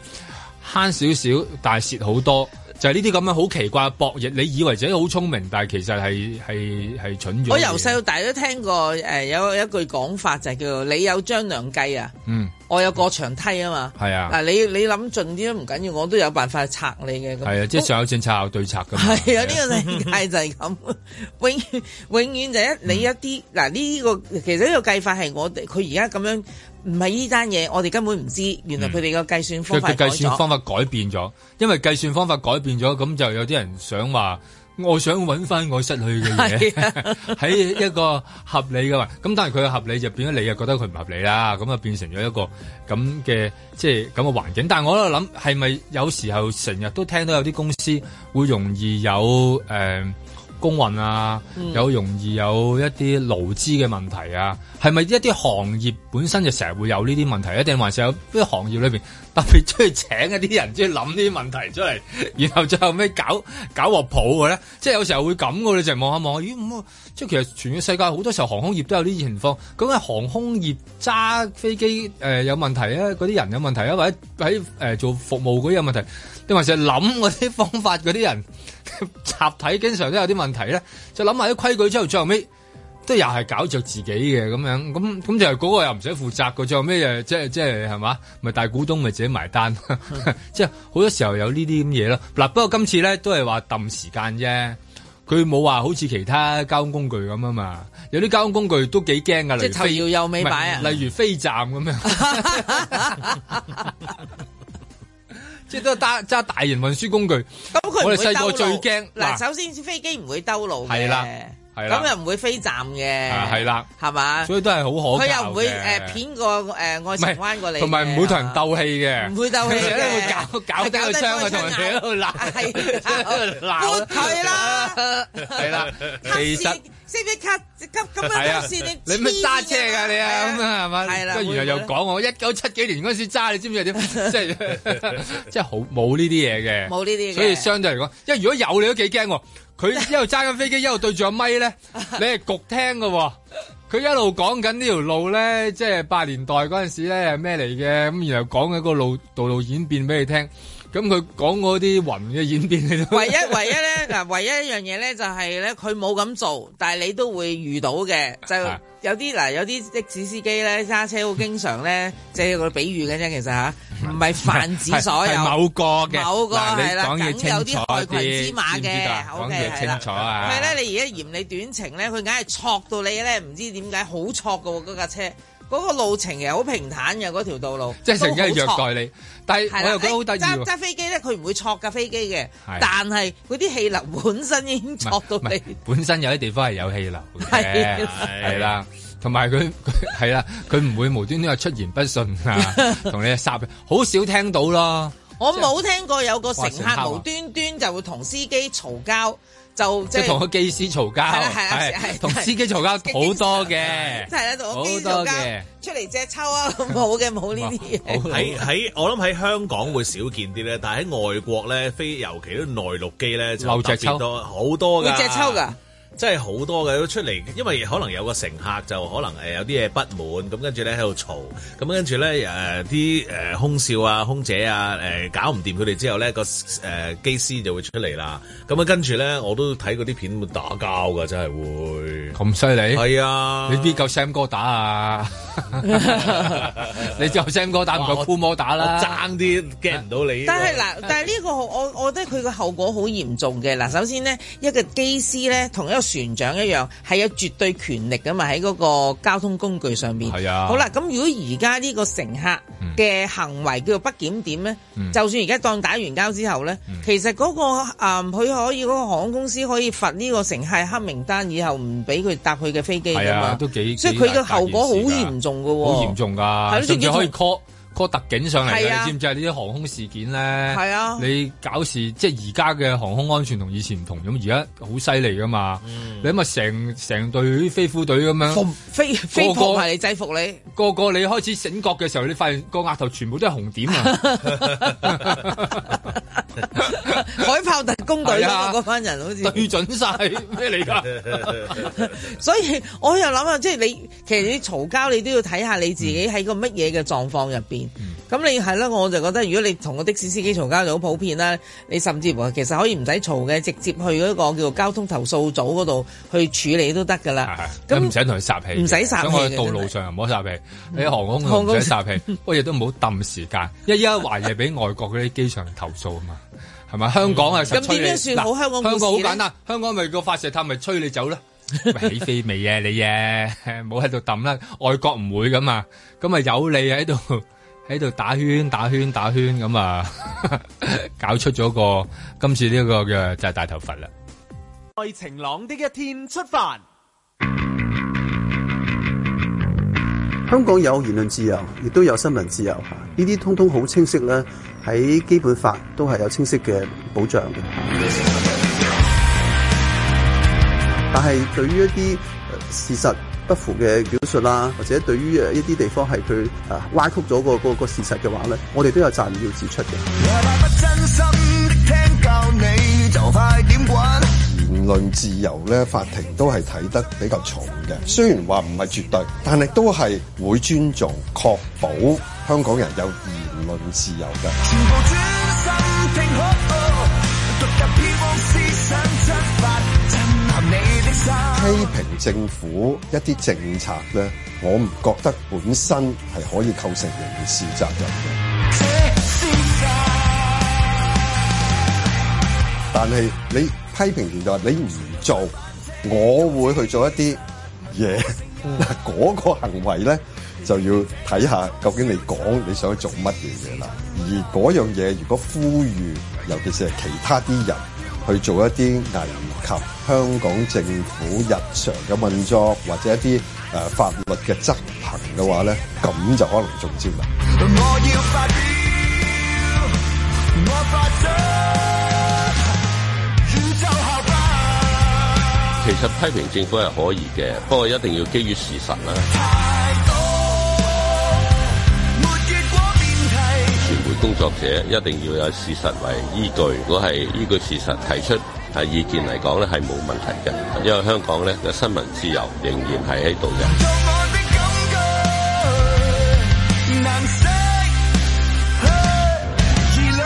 B: 慳少少，但係蝕好多。就係呢啲咁樣好奇怪嘅博弈，你以為自己好聰明，但係其實係係係蠢咗。
C: 我由細到大都聽過誒、呃有一句講法就係叫做你有張良計啊，
B: 嗯
C: 我有過牆梯啊嘛。
B: 係啊
C: 嗱你你諗盡啲都唔緊要，我都有辦法去拆你嘅。咁
B: 係啊，即係上有政策下有對策㗎嘛。
C: 係啊，呢個世界就係咁， 永遠永遠就一你一啲嗱呢個其實呢個計法係我哋佢而家咁樣唔係呢單嘢，我哋根本唔知原來佢哋個計算
B: 佢
C: 方法
B: 佢計算方
C: 法
B: 法改變咗，因為計算方法改變咗，咁就有啲人想話，我想揾翻我失去嘅 嘢，
C: 啊
B: 喺一個合理嘅話，咁但係佢嘅合理就變咗你又覺得佢唔合理啦，咁啊變成咗一個咁嘅即係咁嘅環境。但係我喺度諗，係咪有時候成日都聽到有啲公司會容易有誒、呃工運啊，
R: 嗯
B: 有容易有一啲勞資嘅問題啊，係咪一啲行業本身就成日會有呢啲問題，一啊定還是有啲行業裏邊特別中意請一啲人中意諗呢啲問題出嚟， 然後最後尾搞搞鑊鋪嘅咧？即係有時候會咁嘅，你就望下望下，咦咁啊即係其實全個世界好多時候航空業都有呢啲情況。咁喺航空業揸飛機誒、呃有問題啊，嗰啲人有問題啊，或者喺誒、呃做服務嗰啲有問題，定還是係諗嗰啲方法嗰啲人？ 集體經常都有啲問題咧，就諗埋啲規矩之後，最後尾都又係搞着自己嘅咁樣，咁咁就係嗰個又唔使負責嘅，最後尾誒即係即係係嘛，咪大股東咪自己埋 單，即係好多時候有呢啲咁嘢咯。嗱，不過今次咧都係話揼時間啫。佢冇話好似其他交通工具咁啊嘛，有啲交通工具都幾驚噶，
C: 即係
B: 例如
C: 頭
B: 飛
C: 搖右尾擺啊
B: 唔係例如飛站 咁樣， 即係都係揸揸大型運輸工具。
C: 咁佢唔
B: 我
C: 會
B: 哋細個
C: 兜路
B: 最驚
C: 嗱，首先飛機唔會兜路嘅
B: 係啦係啦
C: 咁又唔會飛站嘅，
B: 啊係啦，
C: 係嘛？
B: 所以都係好可
C: 佢
B: 靠
C: 又唔會
B: 嘅
C: 誒片過誒愛
B: 唔
C: 情
B: 係
C: 灣過你嘅，
B: 同埋唔會同人鬥氣嘅，
C: 唔會鬥氣嘅
B: 佢哋咧會搞搞低個窗啊，同人哋喺度鬧，
C: 係
B: 喺度 鬧，
C: 佢啦，
B: 係啦，其實。
C: 識唔識卡急咁
B: 係
C: 樣
B: 啊
C: 急線你，
B: 你咩揸車㗎你啊咁啊係嘛？
C: 係啦
B: 跟住
C: 會
B: 原來又
C: 會
B: 講我一九七幾年嗰陣時揸，你知唔知係點？即係即係 好冇呢啲嘢嘅，
C: 冇呢啲嘅
B: 所以相對嚟講，因為如果有你都幾驚喎。 佢一路揸緊飛機，一路對住個咪咧，你係焗聽嘅喎。佢一路講緊呢條路咧，即係八年代嗰陣時咧係咩嚟嘅，咁然後講緊個路道路演變俾你聽。咁佢講嗰啲雲嘅演 變，你都
C: 唯一唯一咧嗱，唯一一樣嘢咧就係咧，佢冇咁做，但係你都會遇到嘅，就
B: 啊
C: 有啲嗱，有啲的士司機咧揸車好經常 咧，即係個比喻嘅啫，其實吓，唔係泛指所
B: 係
C: 有
B: 某個嘅，
C: 某個
B: 嗱你
C: 係啦
B: 講嘢
C: 梗有啲
B: 清楚
C: 害群
B: 啲
C: 之馬
B: 知唔知
C: 嘅
B: 道啊講
C: OK，
B: 嘢
C: 係啦
B: 清楚 啊
C: 係咧，你而家嫌你短程咧，佢硬係挫到你咧，唔知點解好挫嘅喎嗰架車，嗰個路程其實好平坦嘅嗰條道路，
B: 即係成日係
C: 都好挫
B: 虐待你。但係
C: 係
B: 我
C: 啦
B: 又覺得好得意
C: 誒揸
B: 喎。
C: 揸飛機咧，佢唔會挫架飛機嘅
B: 係，
C: 但係嗰啲氣流本身已經挫到你。
B: 本身有啲地方係有氣流嘅
C: 係，
B: 係啦。同埋佢佢係啦，佢唔會無端端話出言 不順啊，同你霎，好少聽到咯。
C: 我冇聽過有個乘
B: 哇乘客啊
C: 客無端端就會同司機嘈交，就
B: 即
C: 即
B: 係同
C: 係
B: 個機師嘈交，
C: 係啦係啦係
B: 係同司機嘈交好多嘅，
C: 即係喺度
B: 好
C: 我機
B: 多
C: 嘈
B: 嘅。
C: 交出嚟隻抽啊！咁冇嘅冇呢啲
D: 喺
C: 嘢。
D: 喺我諗喺香港會少見啲咧，但係喺外國咧，非尤其啲內陸機咧就
B: 漏
D: 特
B: 隻抽
D: 別多好多㗎，
C: 會隻抽㗎。
D: 真係好多嘅都出嚟，因為可能有個乘客就可能誒有啲嘢不滿，咁跟住咧喺度嘈，咁跟住咧誒啲誒空少啊、空姐啊誒、搞唔掂佢哋之後咧，個誒、機師就會出嚟啦。咁啊跟住咧，我都睇嗰啲片會打交㗎，真係會
B: 咁犀利
D: 係啊！
B: 你邊夠 Sam 哥打 啊？ 你就 Sam 哥打唔
D: 哇
B: 夠
D: 我
B: 酷魔打啦，
D: 我爭啲 get 唔到你。
C: 但係嗱，但係呢個我我覺得佢個後果好嚴重嘅。嗱，首先呢，一個機師呢，同一個船長一樣，係有絕對權力噶嘛喺嗰個交通工具上面。
B: 係啊
C: 好啦，咁如果而家呢個乘客嘅行為叫做不檢點呢，
B: 嗯
C: 就算而家當打完交之後呢，其實嗰、個啊佢、可以嗰、個航空公司可以罰呢個乘客黑名單，以後唔俾佢搭佢嘅飛機㗎
B: 係
C: 嘛。
B: 啊，都幾，
C: 所以
B: 幾
C: 佢嘅
B: 大
C: 後果好
B: 件事㗎
C: 嚴重㗎喎。
B: 好嚴重
C: 係咯
B: 㗎，
C: 即係
B: 甚至
C: 叫
B: 可以
C: 做
B: call 嗰個特警上嚟
C: 係
B: 嘅，
C: 啊
B: 你知唔知啊？呢啲航空事件咧，
C: 係啊
B: 你搞事即係而家嘅航空安全同以前唔同，咁而家好犀利噶嘛。
C: 嗯
B: 你諗下，成成隊飛虎隊咁樣，
C: 飛飛
B: 個個
C: 撲埋你制服你，
B: 個個你開始醒覺嘅時候，你發現個額頭全部都係紅點啊！
C: 海豹特工隊
B: 係
C: 啊
B: 啊
C: 嘛嗰班人好似
B: 對準晒咩 嚟㗎？
C: 所以我又諗啊，即係你其實你嘈交，你都要睇下你自己喺個乜嘢嘅狀況入邊。嗯咁、你係啦，我就覺得如果你同個的士司機嘈交就好普遍啦。你甚至乎其實可以唔使嘈嘅，直接去嗰個叫做交通投訴組嗰度去處理都得㗎啦。啊
B: 咁啊唔使同佢撒氣，
C: 唔使撒氣嘅
B: 所以我喺道路上唔好撒氣，喺航空
C: 航
B: 度
C: 空
B: 唔使撒氣，
C: 嗯
B: 不過亦都唔好抌時間，因為依家懷疑俾外國嗰啲機場投訴啊嘛，係咪？香港啊，
C: 嗯
B: 實
C: 咁
B: 催你
C: 點樣算好
B: 嗱
C: 香港故事
B: 香港好
C: 呢
B: 簡單，香港咪個發射塔咪催你走啦。 喂起飛未啊你啊， 唔好喺度抌啦，外國唔會噶嘛，咁咪有你喺度 喺度打圈打圈打圈咁啊， 搞出咗個今次呢個嘅就係大頭佛啦。
S: 在晴朗的一天出發。
G: 香港有言論自由，亦都有新聞自由，呢啲通通好清晰咧，喺基本法都係有清晰嘅保障嘅。但係對於一啲呃事實不符嘅表述啦，或者對於呃一啲地方係佢誒歪曲咗個個個事實嘅話咧，我哋都有責任要指出嘅。
T: 真心的聽教你就快點滾。
U: 言論自由咧，法庭都係睇得比較重嘅。雖然話唔係絕對，但係都係會尊重、確保香港人有言論自由嘅。
T: 全部專心聽好，獨特飄往思想出發，震撼你的心。
U: 批評政府一啲政策咧，我唔覺得本身係可以構成刑事責任嘅。
T: 這是法。
U: 但係你批評完就話你唔做，我會去做一啲嘢。嗱，嗰個行為咧就要睇下究竟你講你想做乜嘢嘢啦。而嗰樣嘢如果呼籲，尤其是係其他啲人去做一啲危及香港政府日常嘅運作或者一啲誒、呃法律嘅執行嘅話咧，咁就可能中招啦。
T: 我要發表，我發出宇宙後吧。
M: 其實批評政府係可以嘅，不過一定要基於事實啦。傳媒工作者一定要有事實為依據，如果係依據事實提出係意見嚟講咧，係冇問題嘅，因為香港咧嘅新聞自由仍然係喺度嘅。
T: 難捨疑慮，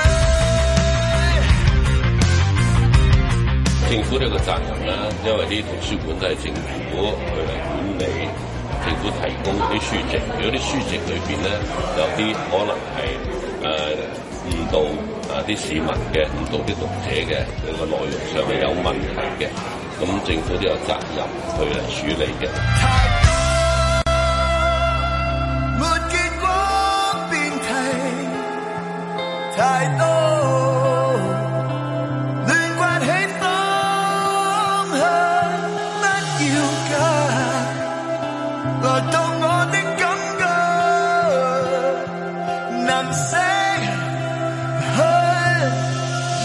M: 政府呢個責任啦，因為啲圖書館都係政府佢嚟管理，政府提供啲書籍，如果啲書籍裏邊咧有啲可能係誒誤導啊啲市民嘅，誤導啲讀者嘅，佢個內容上面有問題嘅，咁政府都有責任去嚟處理嘅。
T: 沒結果變題太多，亂刮起當下，不要緊，來到我的感覺，能捨去而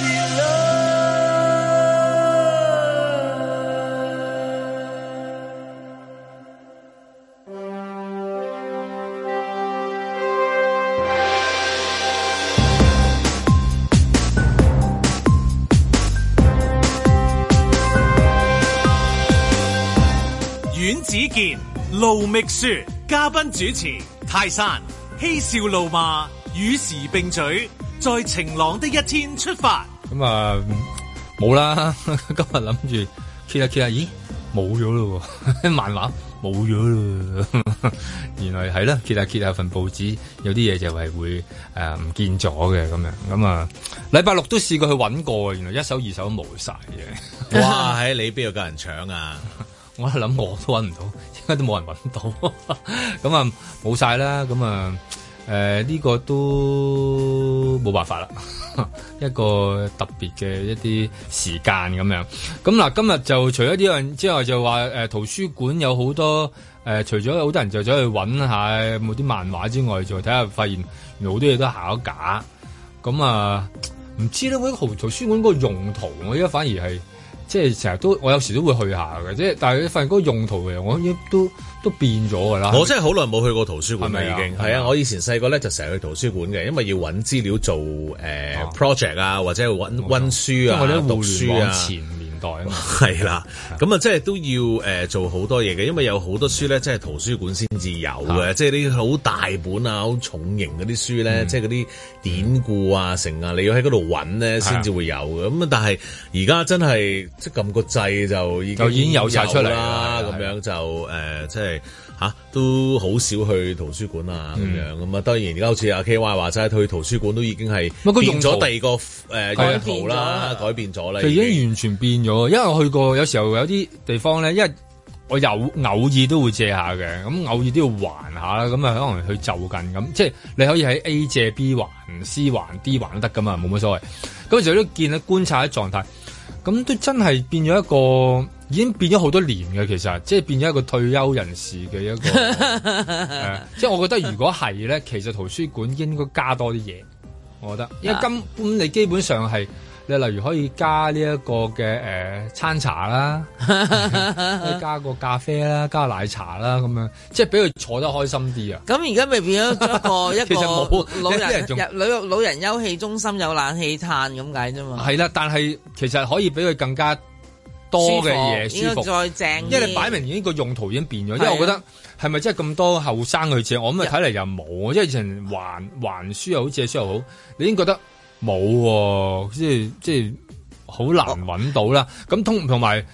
D: 阮子健、盧覓雪，嘉賓主持泰山，嬉笑怒罵，與時並舉，在晴朗的一天出發。
B: 咁啊冇啦， 今日諗住揭下揭下，啊咦冇咗咯喎， 漫畫冇咗咯 喎，原來係啦，揭下揭下啊份報紙，有啲嘢就係會誒唔、見咗嘅咁樣，咁啊禮拜六都試過去揾過，原來一手二手冇晒嘅，
V: 哇
B: 喺你邊度夠人搶 啊？我一 諗我都揾唔到，應該都冇人揾到，咁啊冇晒啦，咁啊誒呢個都冇辦法啦， 一個特別嘅一啲時間咁樣。咁嗱，今日就除咗呢樣之外，就話誒、呃圖書館有好多誒、呃除咗有好多人就走去揾下有冇啲漫畫之外，就睇下發現原來好多嘢都下咗架。咁啊，唔知咧，我覺得圖圖書館嗰個用途，我而家反而係即係成日都，我有時都會去下嘅，即係但係發現嗰個用途嘅，我已經都都變咗㗎啦。
D: 我真係好耐冇去過圖書館啦，
B: 係咪啊
D: 已經
B: 係咪
D: 係
B: 啊
D: 啊！我以前細個咧就成日去圖書館嘅，因為要揾資料做誒 project 啊，或者揾溫書
B: 因為咧
D: 啊、
B: 互
D: 讀
B: 聯
D: 書
B: 網
D: 啊。
B: 前年代啊嘛。
D: 係啦，咁啊，即係都要誒、呃做好多嘢嘅，因為有好多書咧，即係圖書館先至有
B: 啊
D: 嘅，即係啲好大本啊、好重型嗰啲書
B: 嗯
D: 咧，即係嗰啲典故啊、成啊，你要喺嗰度揾咧先至會有嘅。咁啊，但係而家真係即係撳個掣就已經
B: 就已經有晒出嚟啦
D: 啦，咁樣就誒、呃即係。吓、都好少去圖書館啊，咁、
B: 嗯
D: 樣咁啊。當然而家好似阿 K Y 話齋，去圖書館都已經係
B: 唔係個用
D: 變
B: 途
D: 咗第二個誒、呃、
B: 係啊
D: 用途啦，改變咗啦。
B: 佢已經完全變咗，因為我去過有時候有啲地方咧，因為我有偶爾都會借下嘅，咁偶爾都要還下啦，咁啊可能去就近咁，即係你可以喺 A 借 B 還 C 還 D 還都得噶嘛，冇乜所謂。咁就都見咧觀察啲狀態，咁都真係變咗一個，已經變咗好多年嘅其實，即係變咗一個退休人士嘅一個。誒即係我覺得如果係咧，其實圖書館應該加多啲嘢，我覺得，因為
A: 啊
B: 根本你基本上係你例如可以加呢一個嘅誒、呃餐茶 啦，可以加個咖啡啦，加奶茶啦咁樣，即係俾佢坐得開心啲啊！
C: 咁而家咪變咗一 個
B: 其
C: 一
B: 實冇
C: 個老
B: 有啲 人
C: 人
B: 仲
C: 入老老人休憩中心有冷氣嘆咁解啫嘛，
B: 係啦，但係其實可以俾佢更加多嘅嘢
C: 舒服應
B: 舒服，
C: 該再正啲
B: 因為你擺明已經個用途已經變咗，因
C: 係
B: 為
C: 啊
B: 我覺得係咪真係咁多後生去借？我咁啊睇嚟又冇，因為以前還還書又好，借書又好，你已經覺得冇喎，即係即係好難揾到啦。咁同同埋。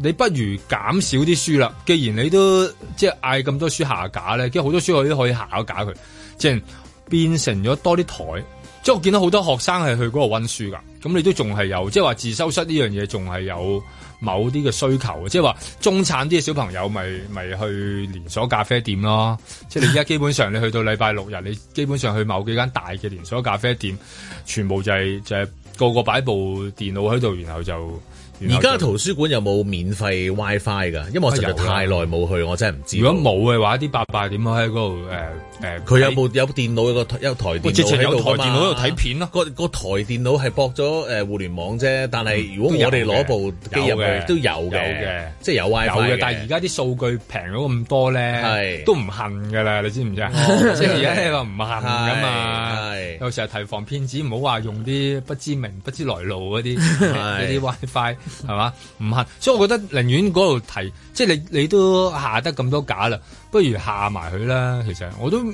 B: 你不如減少啲書啦。既然你都即係嗌咁多書下架咧，跟住好多書佢都可以下架佢，即係變成咗多啲台。即係我見到好多學生係去嗰度温書㗎，咁你都仲係有，即係話自修室呢樣嘢仲係有某啲嘅需求嘅，即係話中產啲嘅小朋友咪咪去連鎖咖啡店咯。即係你而家基本上你去到禮拜六日，你基本上去某幾間大嘅連鎖咖啡店，全部就係、就係、個個擺部電腦喺度，然後就然
D: 而
B: 後就
D: 家圖書館有冇免費 WiFi 㗎？因為我實在
B: 啊
D: 太耐冇去，我真係唔知。
B: 如果冇嘅話，啲伯伯點可以喺嗰度誒誒？
D: 佢有冇有電腦有個有台電
B: 喂直
D: 腦
B: 情
D: 喺
B: 有
D: 度㗎
B: 台電腦
D: 嘛
B: 喺度睇片咯。
D: 個個台電腦係駁咗誒互聯網啫，但
B: 嗯
D: 係如果我哋攞部機入去都有嘅，即係有 WiFi
B: 有嘅。但係而家啲數據平咗咁多咧，都唔恨噶啦，你知 唔知啊？即係而家呢個唔恨噶嘛。有時候提防騙子，唔好話用啲不知名、不知來 路嗰啲嗰啲 WiFi 係嘛，唔恨。所以我覺得寧願嗰度提，即係你你都下得咁多架啦，不如下埋佢啦。其實我都。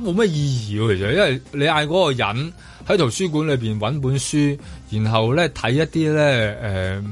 B: 冇乜意義喎，其實，因為你嗌嗰個人喺圖書館裏邊揾本書，然後咧睇一啲咧誒，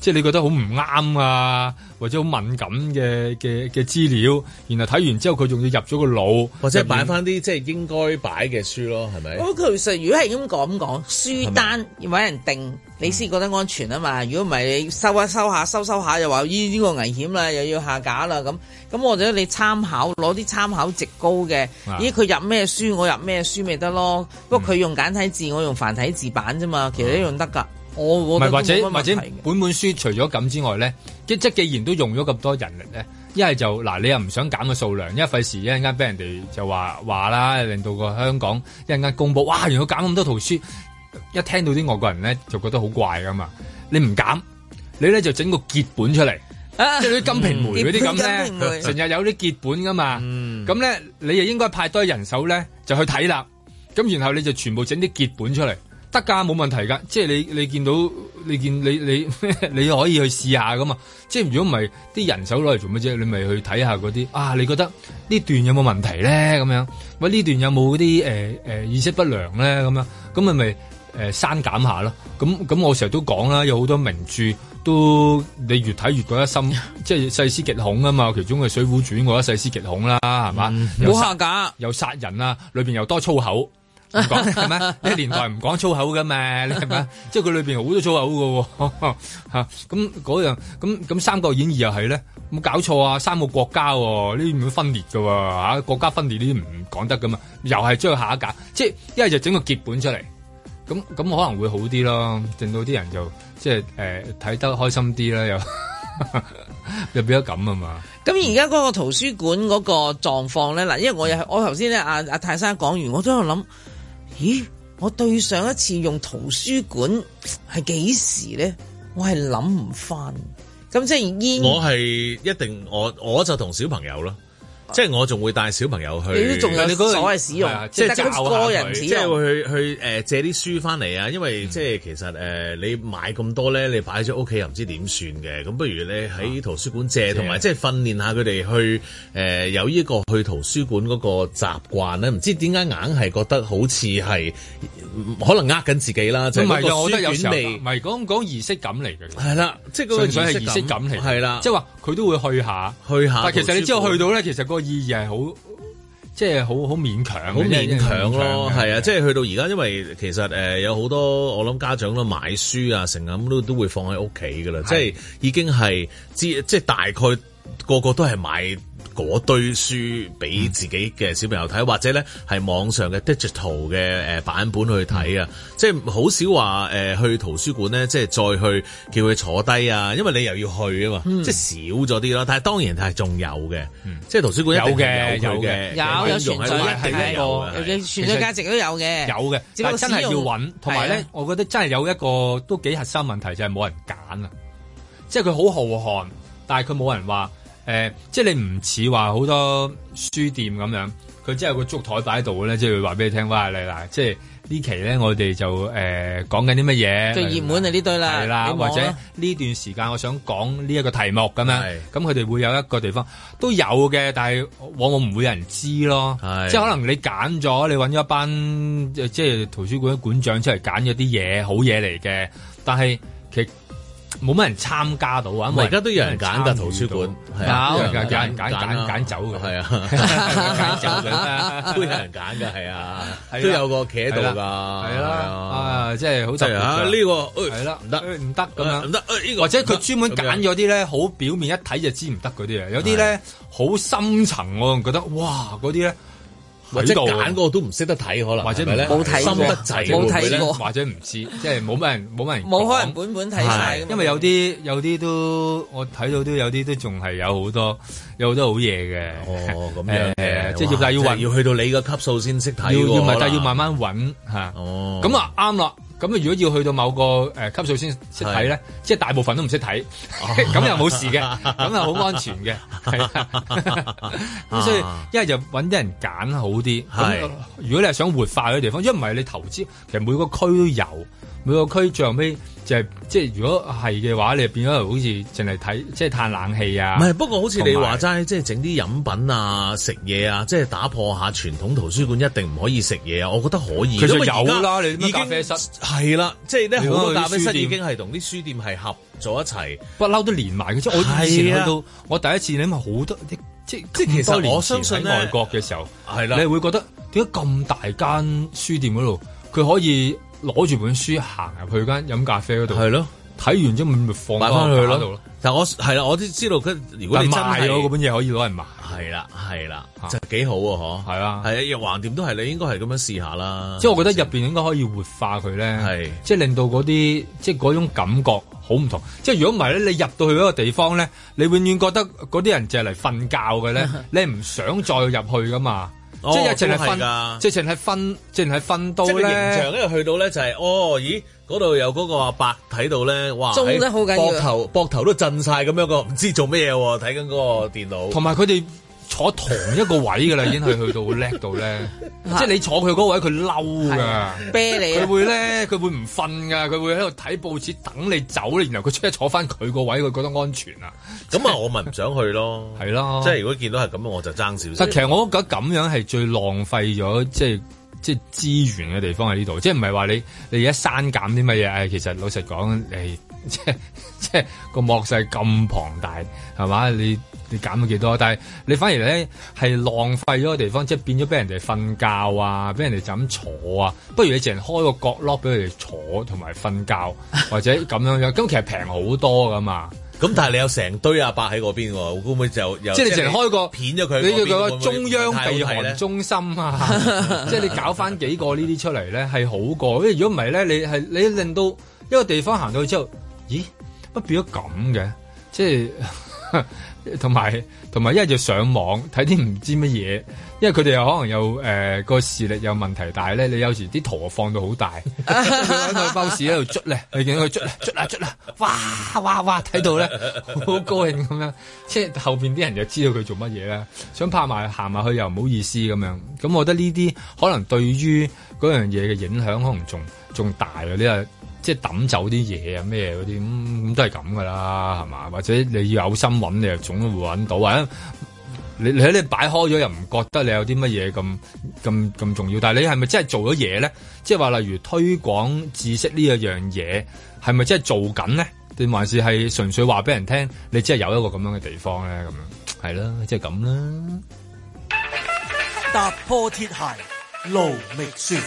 B: 即係你覺得好唔啱啊，或者好敏感嘅嘅嘅資料，然後睇完之後佢仲要入咗個腦，
D: 或者
B: 入面
D: 擺翻啲即係應該擺嘅書咯，係
B: 嗯
D: 咪？
C: 咁其實如果係咁講講，書單要揾人定，你先覺得安全啊嘛。如果唔係，你收一收下，收收下又話咦呢個危險啦，又要下架啦咁。咁我覺得你參考攞啲參考值高嘅，
J: 啊
C: 咦佢入咩書，我入咩書咪得咯。不過佢用簡體字，我用繁體字版啫嘛，其實一樣得㗎。我
B: 啊唔
C: 我覺
B: 係
C: 得都冇
B: 或者
C: 乜
B: 或者
C: 問題
B: 本本書除咗咁之外咧，即即既然都用咗咁多人力咧，一係就嗱你又唔想減個數量，因為費事一陣間俾人哋就話話啦，令到個香港一陣間公佈，哇原來減咁多圖書，一聽到啲外國人咧就覺得好怪噶嘛，你唔減，你咧就整個結本出嚟。
C: 啊
B: 即係啲《金瓶梅》嗰啲
A: 嗯金瓶
B: 咁
A: 梅
B: 咧，成日有啲結本噶嘛。
C: 嗯
B: 咁咧、你就應該派多人手咧，就去睇啦。咁然後你就全部整啲結本出嚟，得㗎，冇問題㗎。即係你你見到你見你你你 可以去試下噶嘛。即係如果唔係啲人手攞嚟做乜啫？你咪去睇下嗰啲啊，你覺得呢段有冇問題咧？咁樣喂，呢段有冇嗰啲誒誒意識不良咧？咁樣咁咪咪。誒刪減下咯，咁咁我成日都講啦，有好多名著都你越睇越覺 得深，即係細思極恐啊嘛。其中嘅《水滸傳》，我覺得細思極恐啦，係嘛？有
C: 嗯冇
B: 殺
C: 下架，
B: 有殺人啊，裏邊又多粗口， 唔講係咩？呢個年代唔講粗口嘅嘛，你係咪？即係佢裏邊好多粗口嘅喎， 嚇咁嗰樣咁咁《三國演義》又係咧，冇搞錯啊！三個國家喎，呢啲唔會分裂嘅喎嚇，國家分裂呢啲唔講得嘅嘛，又係將佢下一格，即係一係就整個結本出嚟。咁咁可能會好啲咯，令到啲人就即係誒睇得開心啲啦，又 又變咗咁啊嘛。
C: 咁而家嗰個圖書館嗰個狀況咧，嗱，因為我又係我頭先咧，阿阿泰生講完，我都喺度諗，咦，我對上一次用圖書館係幾時咧？我係諗唔翻。咁即係煙，
D: 我係一定我我就同小朋友咯。
B: 啊
D: 即係我仲會帶小朋友去，
C: 你都仲有所謂使用
D: 係啊
C: 即
D: 即
C: 係
D: 係
C: 得佢個人使
D: 即
C: 用
D: 係會去去誒借啲書翻嚟啊！因
B: 嗯
D: 為即係其實誒你買咁多咧，你擺咗屋企又唔知點算嘅，咁不如你
B: 啊
D: 喺圖書館借，同埋即係訓練下佢哋去誒有呢個去圖書館嗰個習慣咧。唔知點解硬係覺得好似係可能呃緊自己啦，就
B: 唔
D: 係嗰
B: 係
D: 個
B: 㗎，我覺得有
D: 書
B: 時候
D: 館
B: 唔
D: 味。
B: 係講講儀式感嚟嘅。
D: 係啦即係嗰個
B: 純粹係儀式感嚟嘅。
D: 係啦
B: 即係話佢都會去下，
D: 去下
B: 但其實你
D: 圖書
B: 之後
D: 館
B: 去到咧，其實個意義係好，即係好好勉強嘅，
D: 好勉強
B: 即係
D: 咯，
B: 勉強嘅
D: 係啊，即係去到而家，因為其實誒、呃有好多我諗家長都買書啊，成啊咁都都會放喺屋企噶啦，即係已經係知即係大概個個都係買。嗰堆書俾自己嘅小朋友睇，或者咧係網上嘅 digital 嘅誒版本去睇啊，即係好少話誒、呃去圖書館咧，即係再去叫佢坐低啊，因為你又要去啊嘛，即係少咗啲咯。但係當然係仲有嘅，即係圖書館一定係
B: 有嘅
D: 有佢嘅
C: 有有存
D: 係
C: 在一定
D: 係
C: 係
D: 有嘅
C: 有嘅存在價值都有嘅，
B: 有嘅，
C: 只不
B: 但
C: 過
B: 係真係要
C: 使用
B: 揾，同埋
C: 係
B: 咧
C: 啊，
B: 我覺得真係有一個都幾核心問題，就係、冇人揀啊！即係佢好浩瀚，但係佢冇人話誒、呃即係你唔似話好多書店咁樣，佢真係有個竹台擺喺度咧，即係佢話俾你聽，哇！你嗱，即係呢期咧，我哋就誒、呃、講緊啲乜嘢？
C: 最熱門係呢堆
D: 啊
C: 啦，
B: 係啦，
C: 你
B: 或
C: 望啊
B: 者
C: 啦
B: 呢段時間我想講呢一個題目咁樣，咁佢哋會有一個地方都有嘅，但係往往唔會有人知咯。即係可能你揀咗，你揾咗一班呃即係圖書館館長出嚟揀咗啲嘢，好嘢嚟嘅，但係其實冇乜人參加到啊。
D: 唔係而家都有人揀㗎圖書館係啊
B: 有有
D: 有人揀
B: 人揀揀
D: 揀
B: 揀
D: 啊
B: 揀走嘅，
D: 係 啊 都有人揀㗎，係啊，都有個企喺度㗎，
B: 係啦係啦
D: 啊
B: 啊，即係好特別
D: 係
B: 㗎
D: 啊呢個
B: 係啦，
D: 唔得
B: 誒唔得咁樣，
D: 唔得哎誒呢個
B: 或者佢專門揀咗啲咧，好表面一睇就知唔得嗰啲啊，有啲咧好深層，我仲覺得哇嗰啲咧。
D: 或者
B: 喺度
D: 揀嗰個都唔識得睇，可能
B: 或者
D: 係咪咧
B: 唔
D: 深得滯會唔會咧
B: 或者唔知，即係冇乜人冇乜人講，
C: 冇可能本本睇晒㗎嘛
B: 因為有啲有啲都我睇到都有啲都仲係有好多有好多好嘢嘅。哦， 咁
D: 樣嘅
B: 即係要
D: 哇
B: 但係
D: 即
B: 要
D: 係要去到你個級數先識睇
B: 要
D: 喎
B: 要咪
D: 可能
B: 但係要慢慢揾嚇。
D: 哦
B: 咁啊啱啦。咁啊，如果要去到某個誒級數先識睇咧，即係大部分都唔識睇，
D: 哦
B: 咁又冇事嘅，咁又好安全 嘅，係啊。咁所以一係就揾啲人揀好啲。咁
D: 係
B: 如果你係想活化嗰啲地方，因為唔係你投資，其實每個區都有，每個區最後尾就係、即係如果係嘅話，你變咗好似淨係睇即係嘆冷氣啊。
D: 唔係，不過好似你
B: 同埋
D: 話齋，即係整啲飲品啊、食嘢啊，即係打破下傳統圖書館一定唔可以食嘢啊！我覺得可以，
B: 其實
D: 因為而家
B: 有啦你啲咩
D: 已經
B: 咖啡室
D: 係啦，即係咧
B: 你
D: 好多
B: 講下啲
D: 咖啡
B: 書
D: 室
B: 店
D: 已經係同啲書店係合咗一齊，
B: 不嬲都連埋嘅。即係我以前去
D: 係啊
B: 到我第一次，你咪好多即即
D: 即係其實
B: 咁多年
D: 我相信
B: 前
D: 咧
B: 喺外國嘅時候，
D: 係啦
B: 你會覺得點解咁大間書店嗰度，佢可以攞住本書行入去間飲咖啡嗰度，係
D: 咯，
B: 睇完之後咪放
D: 擺翻去
B: 嗰
D: 咯。但我係啦，我都知道佢如果你真
B: 但賣
D: 係
B: 咗嗰本嘢可以攞人賣，
D: 係啦係啦，就幾好啊！嗬，
B: 係啊，
D: 係啊，又橫掂都係你應該係咁樣試下啦。
B: 即係我覺得入邊應該可以活化佢咧，即係令到嗰啲即係嗰種感覺好唔同。即係如果唔係咧，你入到去嗰個地方咧，你永遠覺得嗰啲人就係嚟瞓覺嘅咧， 你係唔想再入去噶嘛？
D: 哦
B: 即係直係
D: 都係㗎
B: 瞓，即係直係瞓，直係瞓到
D: 即係個
B: 咧
D: 形象，因為去到咧就係、哦，咦，嗰度有嗰個阿伯睇到咧，哇，
B: 中得
D: 喺
B: 好緊要啊
D: 膊頭膊頭都震晒咁樣個，唔知做咩嘢喎，睇緊嗰個電腦。
B: 同埋佢哋坐同一個位㗎啦，已經係去到叻到咧，即係你坐佢嗰個位，佢嬲㗎，
C: 啤你啊
B: 佢會咧，佢會唔瞓㗎，佢會喺度睇報紙等你走，然後佢即係坐翻佢個位，佢覺得安全啊。
D: 咁啊，我咪唔想去咯。
B: 係咯，
D: 即係如果見到係咁，我就爭少
B: 但
D: 少。
B: 其實我覺得咁樣係最浪費咗即係即係資源嘅地方喺呢度，即係唔係話你你而家刪減啲乜嘢？誒，其實老實講，誒即係 即係個幕勢咁龐大，係嘛？你你減咗幾多？但係你反而咧係浪費咗個地方，即係變咗俾人哋瞓覺啊，俾人哋就咁坐啊。不如你淨係開個角落俾佢哋坐同埋瞓覺，或者咁樣樣。咁其實平好多噶嘛。
D: 咁但係你有成堆阿伯喺嗰邊喎，會唔會就又
B: 即係你淨係開個
D: 片咗佢嗰邊？
B: 你叫
D: 會
B: 佢
D: 唔
B: 個
D: 會
B: 中央避
D: 太好睇呢
B: 寒中心 啊！即係你搞翻幾個呢啲出嚟咧，係好過。因為如果唔係咧，你係你令到一個地方行到去之後，咦，乜變咗咁嘅？即係 同埋同埋一係就上網睇啲唔知乜嘢，因為佢哋又可能有誒個、視力有問題大咧，你有時啲圖啊放到好大，喺個包士喺度捽咧，你見到佢捽咧捽啦捽啦，哇啊哇哇睇到咧好高興咁樣，即係後邊啲人就知道佢做乜嘢啦，想拍埋行埋去又唔好意思咁樣，咁我覺得呢啲可能對於嗰樣嘢嘅影響可能仲仲大啊！你話即係抌走啲嘢啊咩嗰啲，咁、咁都係咁噶啦，係嘛？或者你要有心揾，你又總會揾到，或者你你喺你擺開咗又唔覺得你有啲乜嘢咁咁咁重要，但係你係咪真係做咗嘢咧？即係話例如推廣知識呢一樣嘢，係咪真係做緊咧？定還是係純粹話俾人聽，你真係有一個咁樣嘅地方咧？咁樣係啦，即係咁啦。
T: 踏破鐵鞋路未雪。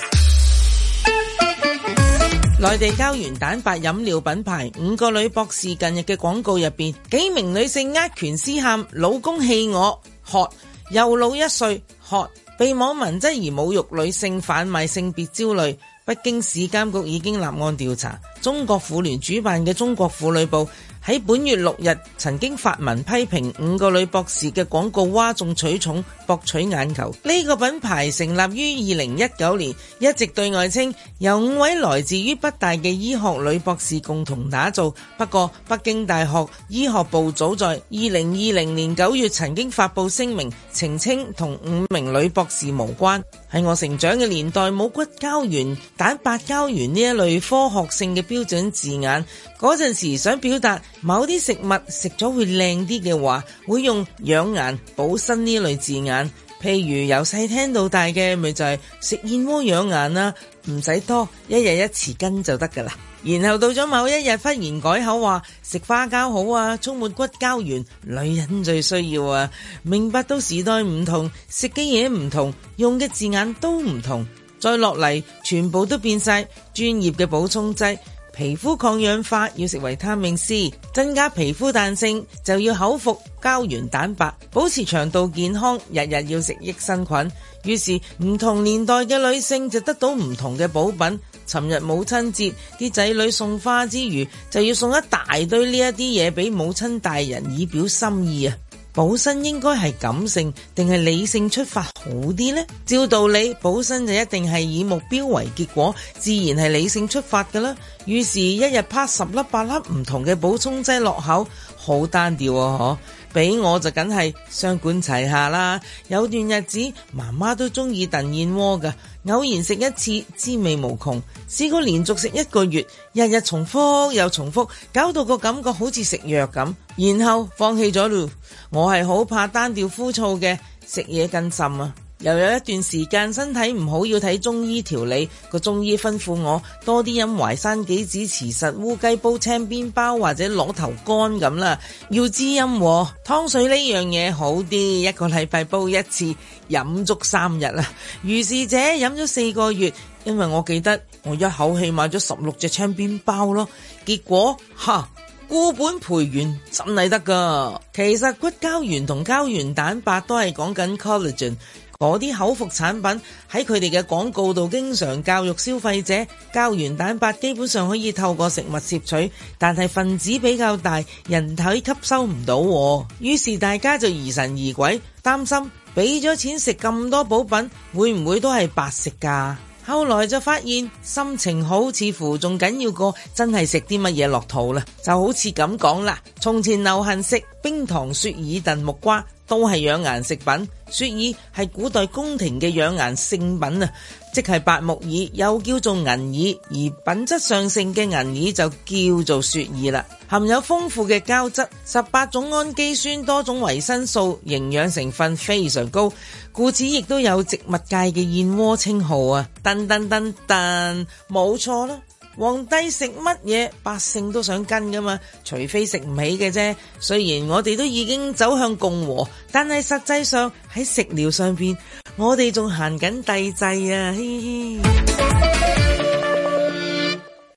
C: 內地膠原蛋白飲料品牌五個女博士近日嘅廣告入邊，幾名女性握拳私喊老公棄我，喝又老一歲，喝被網民質疑侮辱女性販賣性別焦慮。北京市監局已經立案調查。中國婦聯主辦嘅中國婦女部喺本月六日曾經發文批評五個女博士嘅廣告嘩眾取寵、博取眼球。呢、個品牌成立於二零一九年，一直對外稱由五位來自於北大嘅醫學女博士共同打造。不過，北京大學醫學部早在二零二零年九月曾經發布聲明，澄清同五名女博士無關。喺我成長嘅年代，冇骨膠原、蛋白膠原呢一類科學性嘅標準字眼。嗰陣時想表達某啲食物食咗會靚啲嘅話，會用養顏、補身呢類字眼。譬如由細聽到大嘅，咪就係食燕窩養顏啦，唔使多，一日一匙羹就得㗎啦。然後到咗某一日，忽然改口話食花膠好啊，充滿骨膠原，女人最需要啊！明白到時代唔同，食嘅嘢唔同，用嘅字眼都唔同，再落嚟全部都變晒專業嘅補充劑。皮膚抗氧化要食維他命 C，增加皮膚彈性就要口服膠原蛋白，保持腸道健康，日日要食益生菌。於是唔同年代嘅女性就得到唔同嘅補品。尋日母親節，啲仔女送花之餘，就要送一大堆呢一啲嘢俾母親大人，以表心意啊！補身應該係感性定係理性出發好啲呢？照道理，補身就一定係以目標為結果，自然係理性出發㗎啦。於是，一日啪十粒八粒唔同嘅補充劑落口，好單調啊！嗬，俾我就梗係雙管齊下啦。有段日子，媽媽都中意燉燕窩㗎。偶然食一次，滋味無窮。試過連續食一個月，日日重複又重複，搞到個感覺好似食藥咁。然後放棄咗咯。我係好怕單調枯燥嘅，食嘢更甚啊！又有一段時間身體唔好，要睇中醫調理。個中醫吩咐我多啲飲淮山杞子、慈實烏雞煲、青邊包或者螺頭乾咁啦。要滋陰喎，湯水呢樣嘢好啲，一個禮拜煲一次，飲足三日啦。如是者飲咗四個月，因為我記得我一口氣買咗十六隻青邊包咯，結果嚇。固本培元真係得噶，其實骨膠原同膠原蛋白都係講緊 collagen。嗰啲口服產品喺佢哋嘅廣告度經常教育消費者，膠原蛋白基本上可以透過食物攝取，但係分子比較大，人體吸收唔到喎，於是大家就疑神疑鬼，擔心俾咗錢食咁多補品，會唔會都係白食㗎？後來就發現心情好似乎仲緊要過真係食啲乜嘢落肚啦，就好似咁講啦。從前流行食冰糖雪耳燉木瓜，都係養顏食品。雪耳係古代宮廷嘅養顏聖品啊，即係白木耳，又叫做銀耳，而品質上乘嘅銀耳就叫做雪耳啦。含有豐富嘅膠質、十八種氨基酸、多種維生素，營養成分非常高，故此亦都有植物界嘅燕窩稱號啊！噔噔噔噔，冇錯啦。皇帝食乜嘢，百姓都想跟噶嘛，除非食唔起嘅啫。雖然我哋都已經走向共和，但係實際上喺食療上邊，我哋仲行緊帝制啊，嘻嘻。